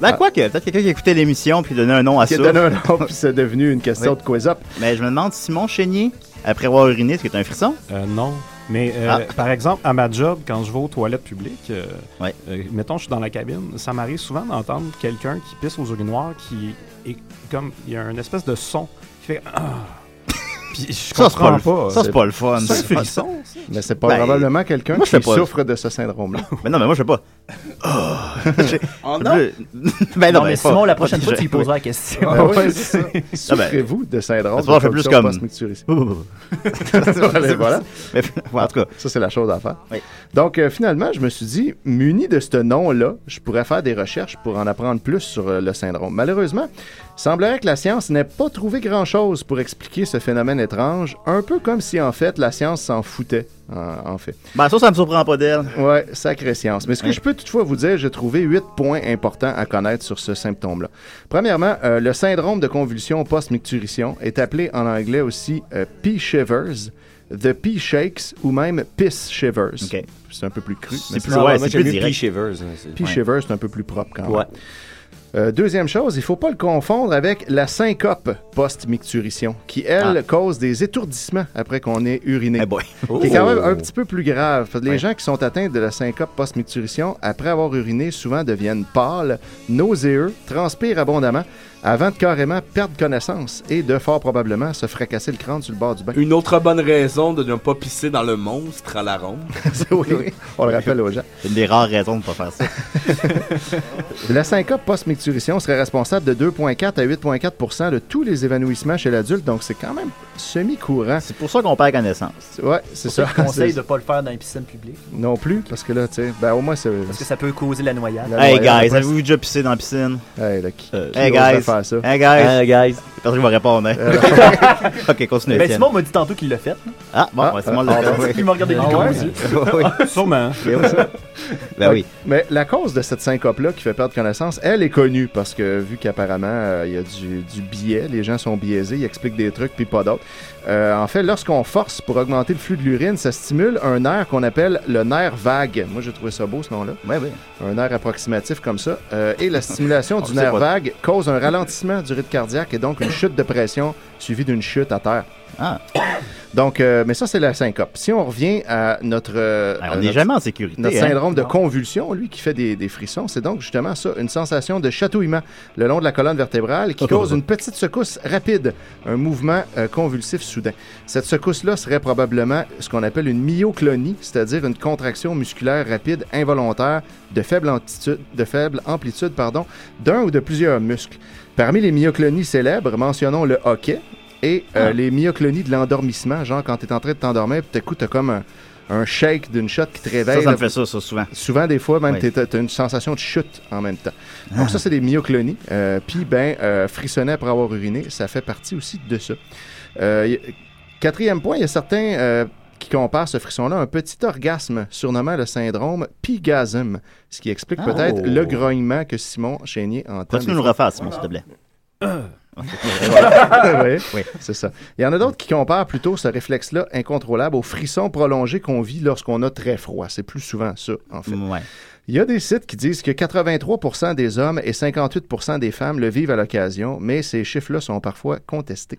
S6: Ben, quoi que, peut-être quelqu'un qui écoutait l'émission puis donnait un nom à
S8: Ah. Qui a
S6: ça.
S8: donné un nom, puis c'est devenu une question de quiz up.
S6: Mais je me demande, Simon Chénier, après avoir uriné, est-ce que t'as un frisson?
S11: Euh, non. Mais euh,
S6: Ah.
S11: par exemple, à ma job, quand je vais aux toilettes publiques, euh, euh, mettons, je suis dans la cabine, ça m'arrive souvent d'entendre quelqu'un qui pisse aux urinoirs qui est comme. Il y a une espèce de son qui fait. Ah! Puis je
S8: Ça, c'est
S11: comprends
S8: pas le-
S11: pas.
S8: ça, c'est pas le fun.
S11: C'est un
S8: C'est pas-
S11: frisson, ça.
S8: Mais c'est pas
S6: Ben,
S8: probablement quelqu'un
S6: moi,
S8: qui
S6: je fais pas-
S8: souffre Ah. de ce syndrome-là.
S6: Mais non, mais moi, je sais pas.
S10: Oh,
S6: non. Ben non,
S10: Non, mais
S6: mais pas-
S10: Simon, la prochaine
S6: je-
S10: fois, tu lui poseras la
S6: oui.
S10: question.
S8: Ah
S6: Ben oui,
S10: Ouais,
S6: c'est ça.
S10: c'est-
S6: Ah ben,
S8: Souffrez-vous de syndrome
S6: ça
S8: de
S6: va, je fais plus
S8: convulsion
S6: comme-
S8: post-micturition?
S6: C'est-
S8: voilà, voilà.
S6: Mais, en tout cas.
S8: Ça, c'est la chose à faire. Donc, euh, finalement, je me suis dit, muni de ce nom-là, je pourrais faire des recherches pour en apprendre plus sur euh, le syndrome. Malheureusement, il semblerait que la science n'ait pas trouvé grand-chose pour expliquer ce phénomène étrange, un peu comme si, en fait, la science s'en foutait, Ah, en, en fait.
S6: Ben, ça, ça me surprend pas d'elle.
S8: Ouais, sacrée science. Mais ce que
S6: Ouais.
S8: je peux toutefois vous dire, j'ai trouvé huit points importants à connaître sur ce symptôme-là. Premièrement, euh, le syndrome de convulsion post-micturition est appelé en anglais aussi euh, pee shivers, the pee shakes ou même piss shivers. C'est un peu plus cru.
S7: C'est
S8: mais
S7: plus- ouais, Ouais, moi, c'est j'aime plus mieux direct. pee shivers, hein, c'est-
S8: Pee
S7: ouais.
S8: shivers, c'est un peu plus propre quand même.
S7: Ouais.
S8: Euh, deuxième chose, il ne faut pas le confondre avec la syncope post-micturition, qui,
S7: Ah.
S8: elle, cause des étourdissements après qu'on ait
S7: Eh
S8: uriné.
S9: Oh.
S8: Qui est quand même un petit peu plus grave. Parce que Les gens qui sont atteints de la syncope post-micturition, après avoir uriné, souvent deviennent pâles, nauséeux, transpirent abondamment, avant de carrément perdre connaissance et de fort probablement se fracasser le crâne sur le bord du bain.
S9: Une autre bonne raison de ne pas pisser dans le monstre à la ronde.
S8: oui, oui, on le rappelle aux gens.
S6: C'est une des rares raisons de ne pas faire ça.
S8: La syncope post-micturition serait responsable de 2,4 à 8,4 de tous les évanouissements chez l'adulte, donc c'est quand même semi-courant.
S6: C'est pour ça qu'on perd connaissance.
S8: Ouais, c'est ça.
S10: Je conseille de
S8: C'est-
S10: ne pas le faire dans les piscines publiques.
S8: Non plus, parce que là, tu sais, ben au moins c'est.
S10: Parce que ça peut causer la noyade.
S8: La
S6: Hey
S8: noyade,
S6: guys,
S8: après, Euh,
S6: avez-vous déjà pissé dans la piscine?
S8: Hey, là, qui, qui
S6: hey
S8: oserait
S6: guys.
S8: faire ça?
S6: Hey guys.
S7: Ah,
S8: Hey,
S6: Parce qu'il va répondre. hein.
S8: Euh.
S6: ok, continue.
S10: Ben,
S6: Étienne.
S10: Simon m'a dit tantôt qu'il l'a fait.
S6: Ah, bon, ouais, Simon l'a fait.
S10: Il m'a regardé les
S6: Ah
S10: gros
S6: ouais?
S10: yeux.
S6: Oui.
S11: Sûrement.
S6: Ben oui.
S8: Mais la cause de cette syncope-là qui fait perdre connaissance, elle est connue parce que vu qu'apparemment euh, il y a du, du biais, les gens sont biaisés, ils expliquent des trucs puis pas d'autres. Euh, en fait, lorsqu'on force pour augmenter le flux de l'urine, ça stimule un nerf qu'on appelle le nerf vague. Moi, j'ai trouvé ça beau ce nom-là. Un nerf approximatif comme ça. Euh, et la stimulation
S1: On
S8: du
S1: le sait
S8: nerf
S1: pas.
S8: vague cause un ralentissement du rythme cardiaque et donc une chute de pression suivie d'une chute à terre.
S9: Ah.
S8: Donc, euh, mais ça, c'est la syncope. Si on revient à notre. euh,
S6: Alors,
S8: à
S6: on n'est
S8: notre-
S6: jamais en sécurité,
S8: Notre
S6: hein.
S8: syndrome de
S6: Non.
S8: convulsion, lui, qui fait des, des frissons, c'est donc justement ça, une sensation de chatouillement le long de la colonne vertébrale qui cause une petite secousse rapide, un mouvement euh, convulsif soudain. Cette secousse-là serait probablement ce qu'on appelle une myoclonie, c'est-à-dire une contraction musculaire rapide involontaire de faible, antitude- de faible amplitude pardon, d'un ou de plusieurs muscles. Parmi les myoclonies célèbres, mentionnons le hockey et euh, les myoclonies de l'endormissement, genre quand tu es en train de t'endormir, puis t'écoutes, t'as comme un, un shake d'une shot qui te réveille.
S6: Ça, ça me
S8: là.
S6: fait ça, ça, souvent.
S8: Souvent, des fois, même,
S6: Oui.
S8: t'es- t'as t'as une sensation de chute en même temps. Donc,
S6: Ah.
S8: ça, c'est des myoclonies. Euh, Puis, ben, euh, frissonner après avoir uriné, ça fait partie aussi de ça. Euh, y- quatrième point, il y a certains euh, qui comparent ce frisson-là à un petit orgasme, surnommant le syndrome pigasm, ce qui explique
S6: Ah.
S8: peut-être
S6: Oh.
S8: le grognement que Simon Chénier entend.
S6: Peux-tu nous
S8: des Ah,
S6: le
S8: fois.
S6: refaire, Simon, s'il te plaît?
S8: oui, c'est ça. Il y en a d'autres qui comparent plutôt ce réflexe-là incontrôlable au frisson prolongé qu'on vit lorsqu'on a très froid. C'est plus souvent ça, en
S6: Mm.
S8: fait. Il y a des sites qui disent que 83 des hommes et 58 des femmes le vivent à l'occasion, mais ces chiffres-là sont parfois contestés.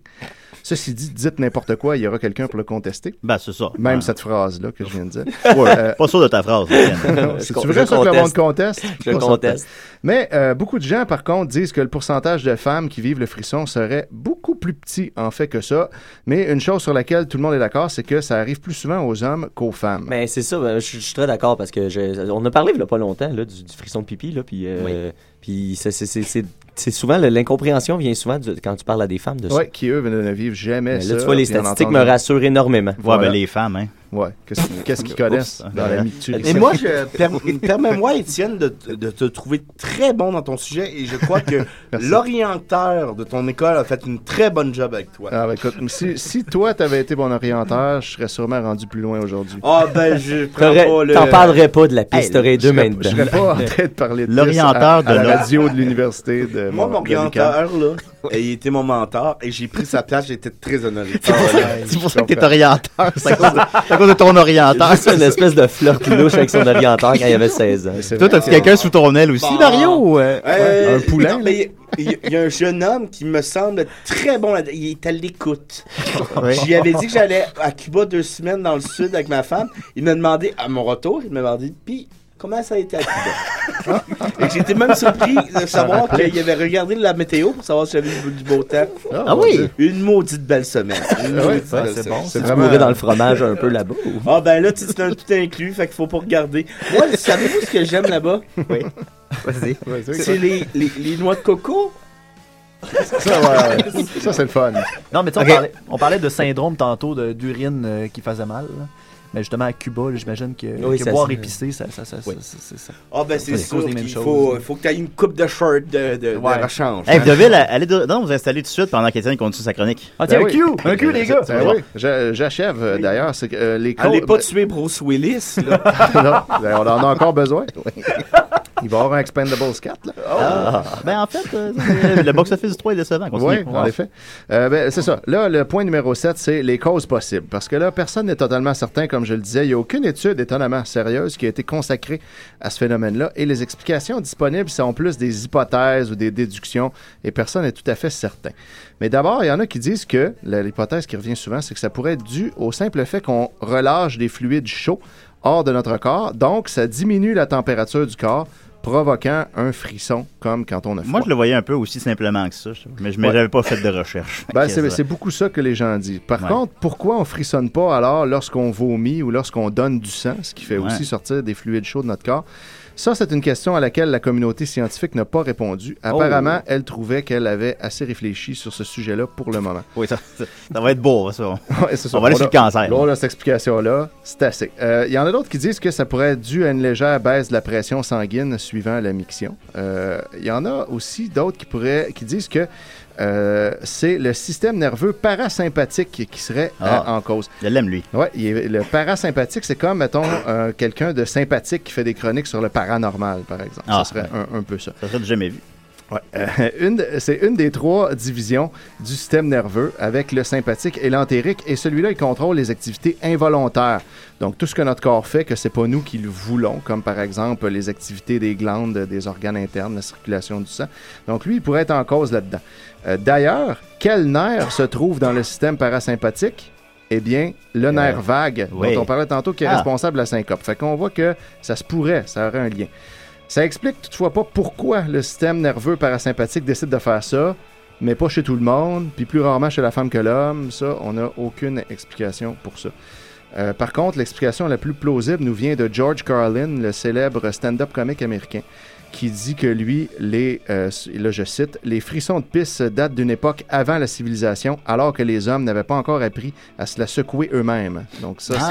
S8: Ceci dit, dites n'importe quoi, il y aura quelqu'un pour le contester.
S6: Ben, c'est ça.
S8: Même
S6: Ouais.
S8: cette phrase-là que je viens de dire.
S6: Ouais,
S8: Euh,
S6: Pas sûr de ta phrase. Étienne. ben,
S8: c'est vrai ça que le monde conteste.
S6: Je
S8: Pas
S6: conteste.
S8: certain. Mais euh, beaucoup de gens, par contre, disent que le pourcentage de femmes qui vivent le frisson serait beaucoup plus petit en fait que ça. Mais une chose sur laquelle tout le monde est d'accord, c'est que ça arrive plus souvent aux hommes qu'aux femmes.
S7: Mais c'est ça, ben, je, suis- je suis très d'accord parce que je- on a parlé il y a pas longtemps là, du, du frisson de pipi, là, puis, euh, puis c'est- c'est- c'est c'est- c'est souvent le- l'incompréhension vient souvent du- quand tu parles à des femmes de ça.
S8: Ouais, qui eux ne ne vivent jamais
S7: Mais
S8: ça.
S7: là, tu vois, les
S8: puis on
S7: statistiques
S8: entend-
S7: me rassurent énormément.
S8: Voilà. ben, les
S6: femmes, hein.
S8: Ouais, qu'est-ce qu'est-ce qu'ils connaissent
S6: Oups.
S8: dans la
S6: Euh,
S8: mitu-
S9: Et moi, je per- permets-moi, Étienne, de, de te trouver très bon dans ton sujet et je crois que l'orienteur de ton école a fait une très bonne job avec toi.
S8: Ah, ben, écoute, si, si toi, t'avais été mon orienteur, je serais sûrement rendu plus loin aujourd'hui.
S9: Ah, ben, je prends
S7: T'aurais-
S9: pas le...
S7: T'en parlerais pas de la
S9: Hey,
S7: piste, t'aurais deux mains
S8: Je
S7: dedans.
S8: serais pas en train de parler de
S9: L'orienteur
S8: pisse à- à
S9: de
S8: la
S9: l'or-
S8: radio de l'université
S6: Euh,
S8: de
S9: Moi,
S8: mon-
S9: mon
S8: de l'UQAM.
S9: orienteur, là, et il était mon mentor et j'ai pris sa place, j'étais très honoré. Ah,
S6: C'est pour ça que t'es orienteur. C'est à cause de- c'est à cause de ton orienteur.
S7: Juste une espèce de flirt louche avec son orienteur quand il avait 16 ans.
S6: Toi, t'as-tu quelqu'un sous ton aile aussi,
S9: Bon.
S6: Dario? euh?
S9: Euh,
S6: Un poulain?
S9: non, mais Il y, a- il y a un jeune homme qui me semble très bon. là- Il est à l'écoute.
S6: Oui.
S9: J'y avais dit que j'allais à Cuba deux semaines dans le sud avec ma femme. Il m'a demandé, à mon retour, il m'a demandé, puis comment ça a été à Cuba?
S6: Hein?
S9: Et j'étais même surpris de savoir qu'il avait regardé la météo pour savoir si j'avais eu du beau temps.
S7: Ah
S9: mon
S7: oui?
S9: Dieu. Une maudite belle semaine. Une
S7: Ah oui,
S9: maudite
S7: ça,
S9: belle
S7: c'est
S9: semaine.
S7: bon. C'est Tu vraiment- mourrais dans le fromage un peu là-bas, ou?
S9: Ah ben là, tu sais, c'est un tout inclus, fait qu'il faut pas regarder. Moi, savez-vous ce que j'aime là-bas? Oui.
S6: Vas-y.
S9: C'est les, les, les noix de coco.
S8: Ça, ouais, ouais. Ça, c'est le fun.
S10: Non, mais tu sais,
S8: Ok.
S10: on, parlait, on parlait de syndrome tantôt de- d'urine euh, qui faisait mal. là. Mais justement, à Cuba, là, j'imagine que,
S9: Oui,
S10: que
S9: ça,
S10: boire
S9: c'est-
S10: épicé, ça. ça, ça, ça, ça, ça-
S9: Ah ben
S10: ça
S9: c'est
S10: cause
S9: sûr
S10: les mêmes
S9: qu'il
S10: choses.
S9: faut, faut que tu aies une coupe de shirt de, de,
S10: Ouais.
S9: de rechange.
S6: Hey, vous devez la- aller de- non, vous installer tout de suite pendant qu'Étienne continue sa chronique.
S9: Ah, tiens, Ben un oui. cue! Un cue, les gars!
S8: Ben oui, je- j'achève euh, d'ailleurs. C'est que euh, les
S9: Allez pas
S8: causes-
S9: tuer Bruce Willis, là.
S8: Non, ben, on en a encore besoin. Il va y avoir un Expendables 4. Là.
S9: Oh.
S6: Ah. Ben, en fait, euh, c'est- le box-office du 3 est décevant. Continue.
S8: Oui, en effet. Euh, ben, c'est ça. Là, le point numéro 7, c'est les causes possibles. Parce que là, personne n'est totalement certain, comme je le disais. Il n'y a aucune étude étonnamment sérieuse qui a été consacrée à ce phénomène-là. Et les explications disponibles sont plus des hypothèses ou des déductions. Et personne n'est tout à fait certain. Mais d'abord, il y en a qui disent que la- l'hypothèse qui revient souvent, c'est que ça pourrait être dû au simple fait qu'on relâche des fluides chauds hors de notre corps. Donc, ça diminue la température du corps provoquant un frisson comme quand on a froid.
S6: Moi, je le voyais un peu aussi simplement que ça, je- mais je
S8: Ouais.
S6: n'avais pas fait de recherche.
S8: Ben,
S6: Qu'est-ce
S8: c'est
S6: que-
S8: c'est beaucoup ça que les gens disent. Par
S6: Ouais.
S8: contre, pourquoi on frissonne pas alors lorsqu'on vomit ou lorsqu'on donne du sang, ce qui fait
S6: Ouais.
S8: aussi sortir des fluides chauds de notre corps? Ça, c'est une question à laquelle la communauté scientifique n'a pas répondu. Apparemment, elle trouvait qu'elle avait assez réfléchi sur ce sujet-là pour le moment.
S6: Oui, ça, ça- ça va être beau, ça.
S8: Ouais, c'est ça.
S6: On va aller sur
S8: a-
S6: le cancer.
S8: on a cette explication-là, c'est assez. Euh, Il y en a d'autres qui disent que ça pourrait être dû à une légère baisse de la pression sanguine suivant la miction. Euh, Il y en a aussi d'autres qui, pourraient, qui disent que euh, c'est le système nerveux parasympathique qui serait euh,
S6: Ah.
S8: en cause.
S6: Je l'aime, lui.
S8: Oui, le parasympathique, c'est comme, mettons, euh, quelqu'un de sympathique qui fait des chroniques sur le paranormal, par exemple.
S6: Ah,
S8: ça serait
S6: ouais.
S8: un, un peu ça.
S6: Ça serait du jamais vu.
S8: Ouais. Euh, une de- c'est une des trois divisions du système nerveux avec le sympathique et l'entérique. Et celui-là, il contrôle les activités involontaires. Donc, tout ce que notre corps fait, que c'est pas nous qui le voulons, comme par exemple les activités des glandes, des organes internes, la circulation du sang. Donc, lui, il pourrait être en cause là-dedans. Euh, D'ailleurs, quel nerf se trouve dans le système parasympathique? Eh bien, le nerf vague,
S6: oui.
S8: dont on parlait tantôt, qui est
S6: Ah.
S8: responsable de la syncope. Fait qu'on voit que ça se pourrait, ça aurait un lien. Ça explique toutefois pas pourquoi le système nerveux parasympathique décide de faire ça, mais pas chez tout le monde, puis plus rarement chez la femme que l'homme. Ça, on n'a aucune explication pour ça. Euh, par contre, l'explication la plus plausible nous vient de George Carlin, le célèbre stand-up comique américain, qui dit que lui, les, euh, là je cite, les frissons de pisse datent d'une époque avant la civilisation, alors que les hommes n'avaient pas encore appris à se la secouer eux-mêmes. Donc ça,
S6: Ah.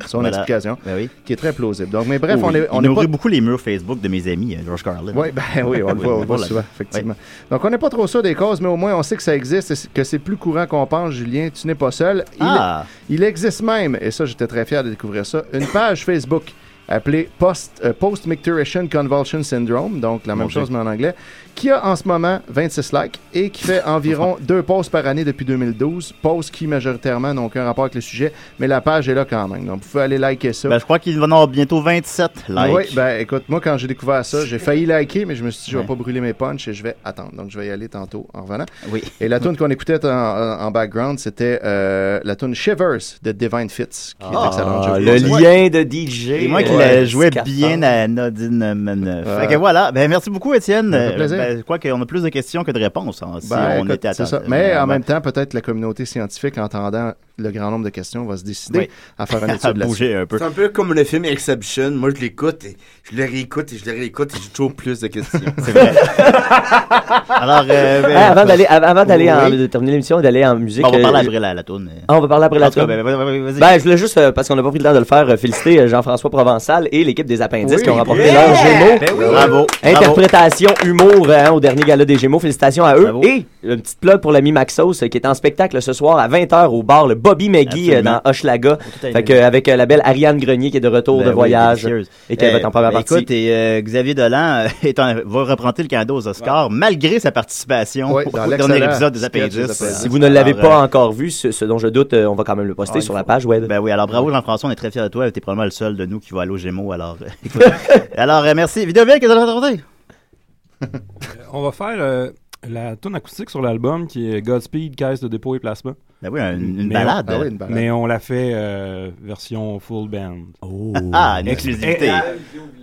S8: c'est son
S6: Voilà.
S8: explication, qui est très plausible. Donc, mais bref,
S6: Oh,
S8: on
S6: il-
S8: est, on
S6: il
S8: est pas-
S6: nourrit beaucoup les murs Facebook de mes amis, euh, George Carlin.
S8: oui, ben oui, on le voit, on le voit
S6: voilà.
S8: souvent, effectivement. Donc, on n'est pas trop sûr des causes, mais au moins, on sait que ça existe et que c'est plus courant qu'on pense, Julien. Tu n'es pas seul. Il,
S6: Ah.
S8: il existe même, et ça, j'étais très fier de découvrir ça, une page Facebook appelée Post, euh, Post-Micturition Convulsion Syndrome, donc la
S6: Mon
S8: même
S6: Dieu.
S8: chose, mais en anglais, qui a en ce moment 26 likes et qui fait environ deux posts par année depuis 2012. Posts qui, majoritairement, n'ont aucun rapport avec le sujet, mais la page est là quand même. Donc, vous pouvez aller liker ça.
S6: Ben, je crois qu'il va en avoir bientôt 27 likes.
S8: Oui, ben écoute, moi quand j'ai découvert ça, j'ai failli liker, mais je me suis dit, je vais
S6: Ouais.
S8: pas brûler mes punchs et je vais attendre. Donc je vais y aller tantôt en revenant.
S6: Oui.
S8: Et la tune qu'on écoutait en, en- en background, c'était euh, la tune Shivers de Divine Fits, qui est
S6: Ah,
S8: excellente. je vous
S7: le
S8: conseille.
S7: lien de DJ.
S6: Et moi qui
S7: Ouais,
S6: la jouais
S7: Scarface.
S6: bien à Nadine Meneuf.
S7: Ouais.
S6: Fait que voilà. Ben, merci beaucoup, Étienne.
S8: Ça fait plaisir.
S6: Ben, je crois qu'on a plus de questions que de réponses. hein, si
S8: Ben,
S6: on
S8: écoute,
S6: était à Euh,
S8: c'est
S6: temps.
S8: ça. Mais en même temps, peut-être la communauté scientifique, entendant le grand nombre de questions, va se décider
S6: Oui.
S8: à faire une étude là-dessus.
S9: C'est un peu comme le film Exception. Moi, je l'écoute et je le réécoute et je le réécoute et j'ai toujours plus de questions.
S6: C'est vrai. Alors, euh, ben-
S7: Ah, avant d'aller, av- avant d'aller en-
S6: Oui.
S7: de terminer l'émission, d'aller en musique.
S6: Bon, on va
S7: euh,
S6: parler après la- la toune.
S7: Ah, on va parler après la
S6: En tout cas,
S7: toune.
S6: ben, vas-y, vas-y.
S7: Ben, je voulais juste, euh, parce qu'on n'a pas pris le temps de le faire, euh, féliciter euh, Jean-François Provençal et l'équipe des Appendices
S6: Oui.
S7: qui ont remporté
S6: Yeah!
S7: leur Gémeaux.
S6: Ben oui.
S7: euh,
S6: Bravo.
S7: Interprétation, humour hein, au dernier gala des Gémeaux. Félicitations à eux. Et euh, une petite plug pour l'ami Maxos euh, qui est en spectacle ce soir à 20h au bar le Bobby McGee euh,
S6: Absolument.
S7: dans Hochelaga.
S6: à
S7: Fait
S6: fait.
S7: que, euh, avec euh, la belle Ariane Grenier qui est de retour
S6: Ben
S7: de
S6: oui,
S7: voyage
S6: délicieuse.
S7: et qui va être
S6: Euh,
S7: en première
S6: ben,
S7: partie.
S6: Écoute, et, euh, Xavier Dolan euh, est en- va représenter le Canada aux Oscars malgré sa participation
S7: Ouais,
S6: au
S7: dans
S6: dernier
S7: l'excellent
S6: épisode des
S7: sketch des
S6: Appendices.
S7: Appendices. Si vous ne l'avez
S6: euh,
S7: pas encore vu, ce, ce dont je doute, euh, on va quand même le poster
S6: Ah,
S7: sur la page web.
S6: Ben oui, alors bravo Jean-François, on est très fiers de toi. T'es probablement le seul de nous qui va aller aux Gémeaux. Alors, euh, écoute. alors euh, merci. Vidéo bien que vous avez raconté.
S11: On va faire euh, la tune acoustique sur l'album qui est Godspeed, Caisse de dépôt et placement.
S6: Ben oui, un- une
S11: Mais
S6: balade.
S11: on-
S6: Ah oui, une balade.
S11: Mais on l'a fait euh, version full band.
S6: Ah, une exclusivité.
S11: Eh,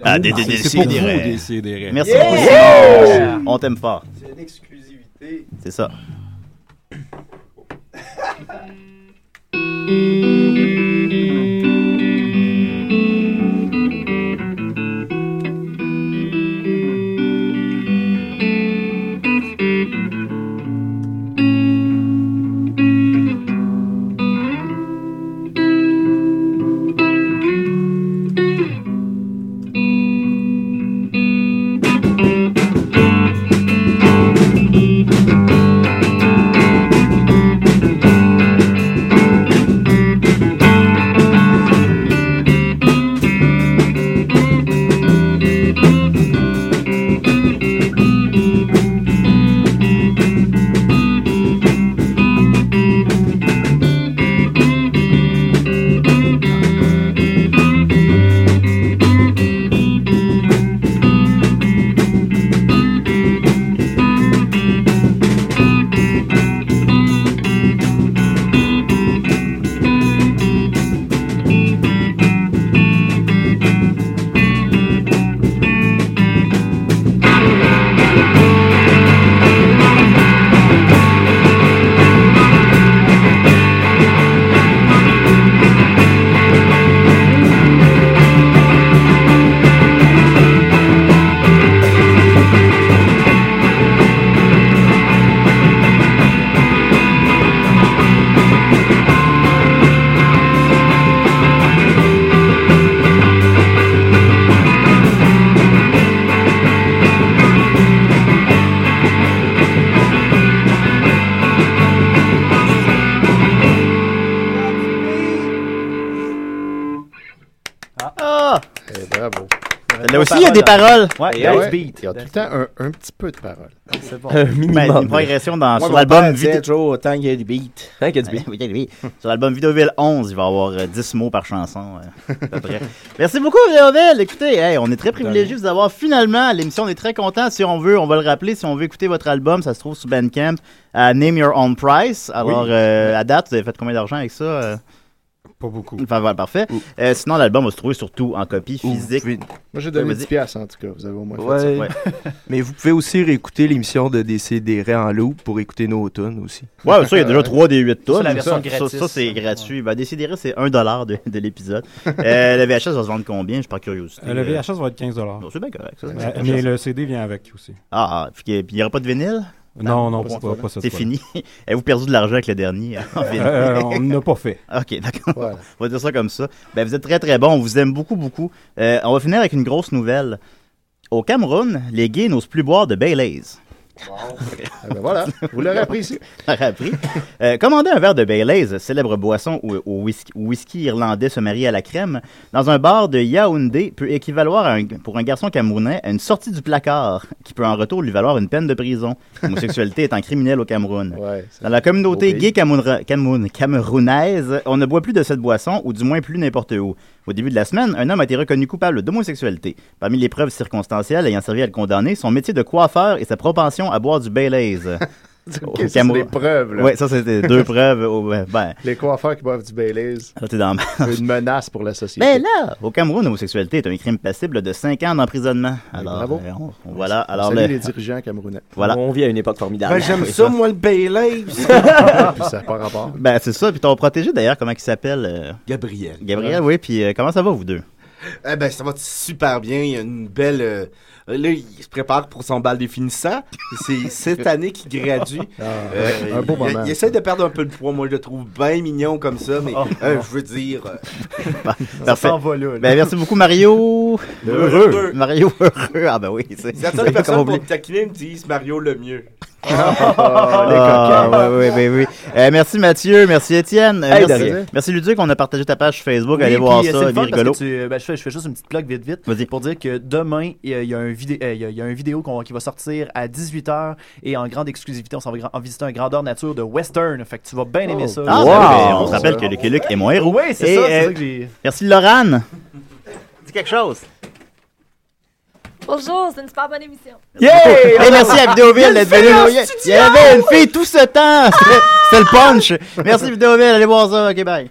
S6: Ah,
S11: c'est-
S6: des- des- des-
S11: C'est pour vous,
S6: sidérés.
S11: des sidérés.
S6: Merci
S11: Yeah!
S6: beaucoup, Simon. On t'aime fort. C'est une exclusivité. C'est ça.
S15: Thank
S6: aussi, il y a des paroles.
S8: Ouais,
S6: Ouais.
S8: ouais.
S6: Beat.
S8: Il y a tout le temps un, un petit peu de paroles.
S6: C'est bon. Un minimum. Ben, une progression dans- sur l'album Vite-
S9: Joe, tant qu'il y a du beat.
S7: Tant Hein, qu'il y a
S9: du
S6: Oui, oui, oui. Sur l'album Vidéoville 11, il va y avoir euh, 10 mots par chanson. euh, à peu près. Merci beaucoup, Vidéoville. Écoutez, hey, on est très privilégiés de vous avoir finalement à l'émission. On est très contents. Si on veut, on va le rappeler. Si on veut écouter votre album, ça se trouve sur Bandcamp à Name Your Own Price. Alors,
S7: Oui.
S6: euh, à date, vous avez fait combien d'argent avec ça? euh?
S11: Pas beaucoup.
S6: parfait. Euh, sinon, l'album va se trouver surtout en copie physique.
S8: Moi, j'ai
S6: Ouais,
S8: donné
S6: vas-y.
S8: 10 piastres, en tout cas. Vous avez au moins fait ça.
S13: Ouais. Mais vous pouvez aussi réécouter l'émission de DCDR en loop pour écouter nos tunes aussi.
S6: Ouais, ça, il y a déjà 3 des 8 tonnes. ça,
S13: gratuite.
S6: Ça, ça, c'est gratuit. Ben, Décidérez, c'est 1$ de, de l'épisode. Euh, le VHS va se vendre combien? Je par curiosité.
S11: Euh, le VHS va être 15 dollars. Euh,
S6: Bon, c'est bien correct. ça, c'est
S11: Mais,
S6: bien
S11: mais
S6: correct.
S11: le CD vient avec aussi.
S6: Ah, ah, puis qu'il y a- puis il n'y aura pas de vinyle?
S11: Non, non,
S6: cette
S11: pas-
S6: fois-là.
S11: pas cette
S6: C'est
S11: fois-là.
S6: fini. Avez-vous perdu de l'argent avec le dernier? en vinyle?
S11: Euh, on n'a pas fait.
S6: OK, d'accord. On va dire ça comme ça. Ben, vous êtes très, très bons. On vous aime beaucoup, beaucoup. Euh, on va finir avec une grosse nouvelle. Au Cameroun, les gays n'osent plus boire de Baileys.
S8: Ah ben voilà, vous l'aurez appris ici.
S6: Vous l'aurez appris. Euh, commander un verre de Baileys, célèbre boisson où, où whisky, où whisky irlandais se marie à la crème, dans un bar de Yaoundé peut équivaloir à un- pour un garçon camerounais à une sortie du placard, qui peut en retour lui valoir une peine de prison. L'homosexualité étant criminelle au Cameroun. Dans la communauté gay camerouna- Cameroun- camerounaise, on ne boit plus de cette boisson, ou du moins plus n'importe où. Au début de la semaine, un homme a été reconnu coupable d'homosexualité. Parmi les preuves circonstancielles ayant servi à le condamner, son métier de coiffeur et sa propension à boire du Baileys.
S8: Ok,
S6: Au
S8: ça, c'est
S6: Cameroun-
S8: des preuves. là.
S6: Ouais, ça, c'était deux preuves. au- ben, ben, Ah,
S8: Les coiffeurs qui boivent du Baileys.
S6: t'es dans la merde.
S8: Une menace pour la société.
S6: ben là, au Cameroun, l'homosexualité est un crime passible de 5 ans d'emprisonnement. Alors, euh, on- on- voilà.
S8: On
S6: Alors,
S8: salue
S6: le-
S8: Eh, les dirigeants camerounais.
S6: Voilà.
S7: On vit à une époque formidable.
S8: Ah,
S9: Ben, j'aime ça, moi, le Bailey.
S8: Puis ça n'a pas rapport.
S6: Ben, c'est ça. Puis ton protégé, d'ailleurs, comment il s'appelle euh,
S9: Gabriel.
S6: Gabriel, oui. Puis euh, comment ça va, vous deux
S9: Eh ben, ça va super bien. Il y a une belle. euh, Là, il se prépare pour son bal des finissants. C'est cette année qu'il gradue.
S8: Ah, un beau
S9: il-
S8: moment,
S9: Il,
S8: ça.
S9: essaie de perdre un peu de poids. Moi, je le trouve bien mignon comme ça, mais
S6: Oh.
S9: euh, je veux dire. euh,
S6: Parfait.
S9: s'en va là, là.
S6: Ben, merci beaucoup, Mario.
S9: Heureux.
S6: Mario heureux. Ah, ben oui. C'est
S9: La
S6: c'est
S9: seule personne
S6: comblé.
S9: pour me taquiner me disent Mario le mieux.
S6: Ah, ouais, ouais, ben oui. Euh, merci Mathieu, merci Étienne, Euh,
S10: Hey, de
S6: merci,
S10: rien.
S6: merci Luduc, on a partagé ta page Facebook,
S10: Oui,
S6: allez
S10: puis,
S6: voir
S10: euh,
S6: ça,
S10: c'est le
S6: il
S10: fun
S6: est
S10: parce
S6: rigolo.
S10: que tu- ben, je, fais, je fais juste une petite plug vite vite pour dire que demain il y a- il y a un vidé- euh, il y a- il y a une vidéo qu'on- qui va sortir à 18h et en grande exclusivité on s'en va gra- en visiter un grandeur nature de Western. Fait que tu vas bien aimer ça.
S6: Ah, ben oui, ben, on se rappelle que Lucky Luke est mon héros.
S10: Oui, c'est
S6: Et,
S10: ça, c'est
S6: euh,
S10: ça que j'ai-
S6: Merci Lorane. Dis quelque chose.
S15: Bonjour, c'est une super bonne émission.
S6: Hey, merci à Vidéoville d'être venu. nous-
S10: Ah!
S6: Il y avait une fille tout ce temps. C'était c'était le punch. Merci Vidéoville, allez voir ça. OK, bye.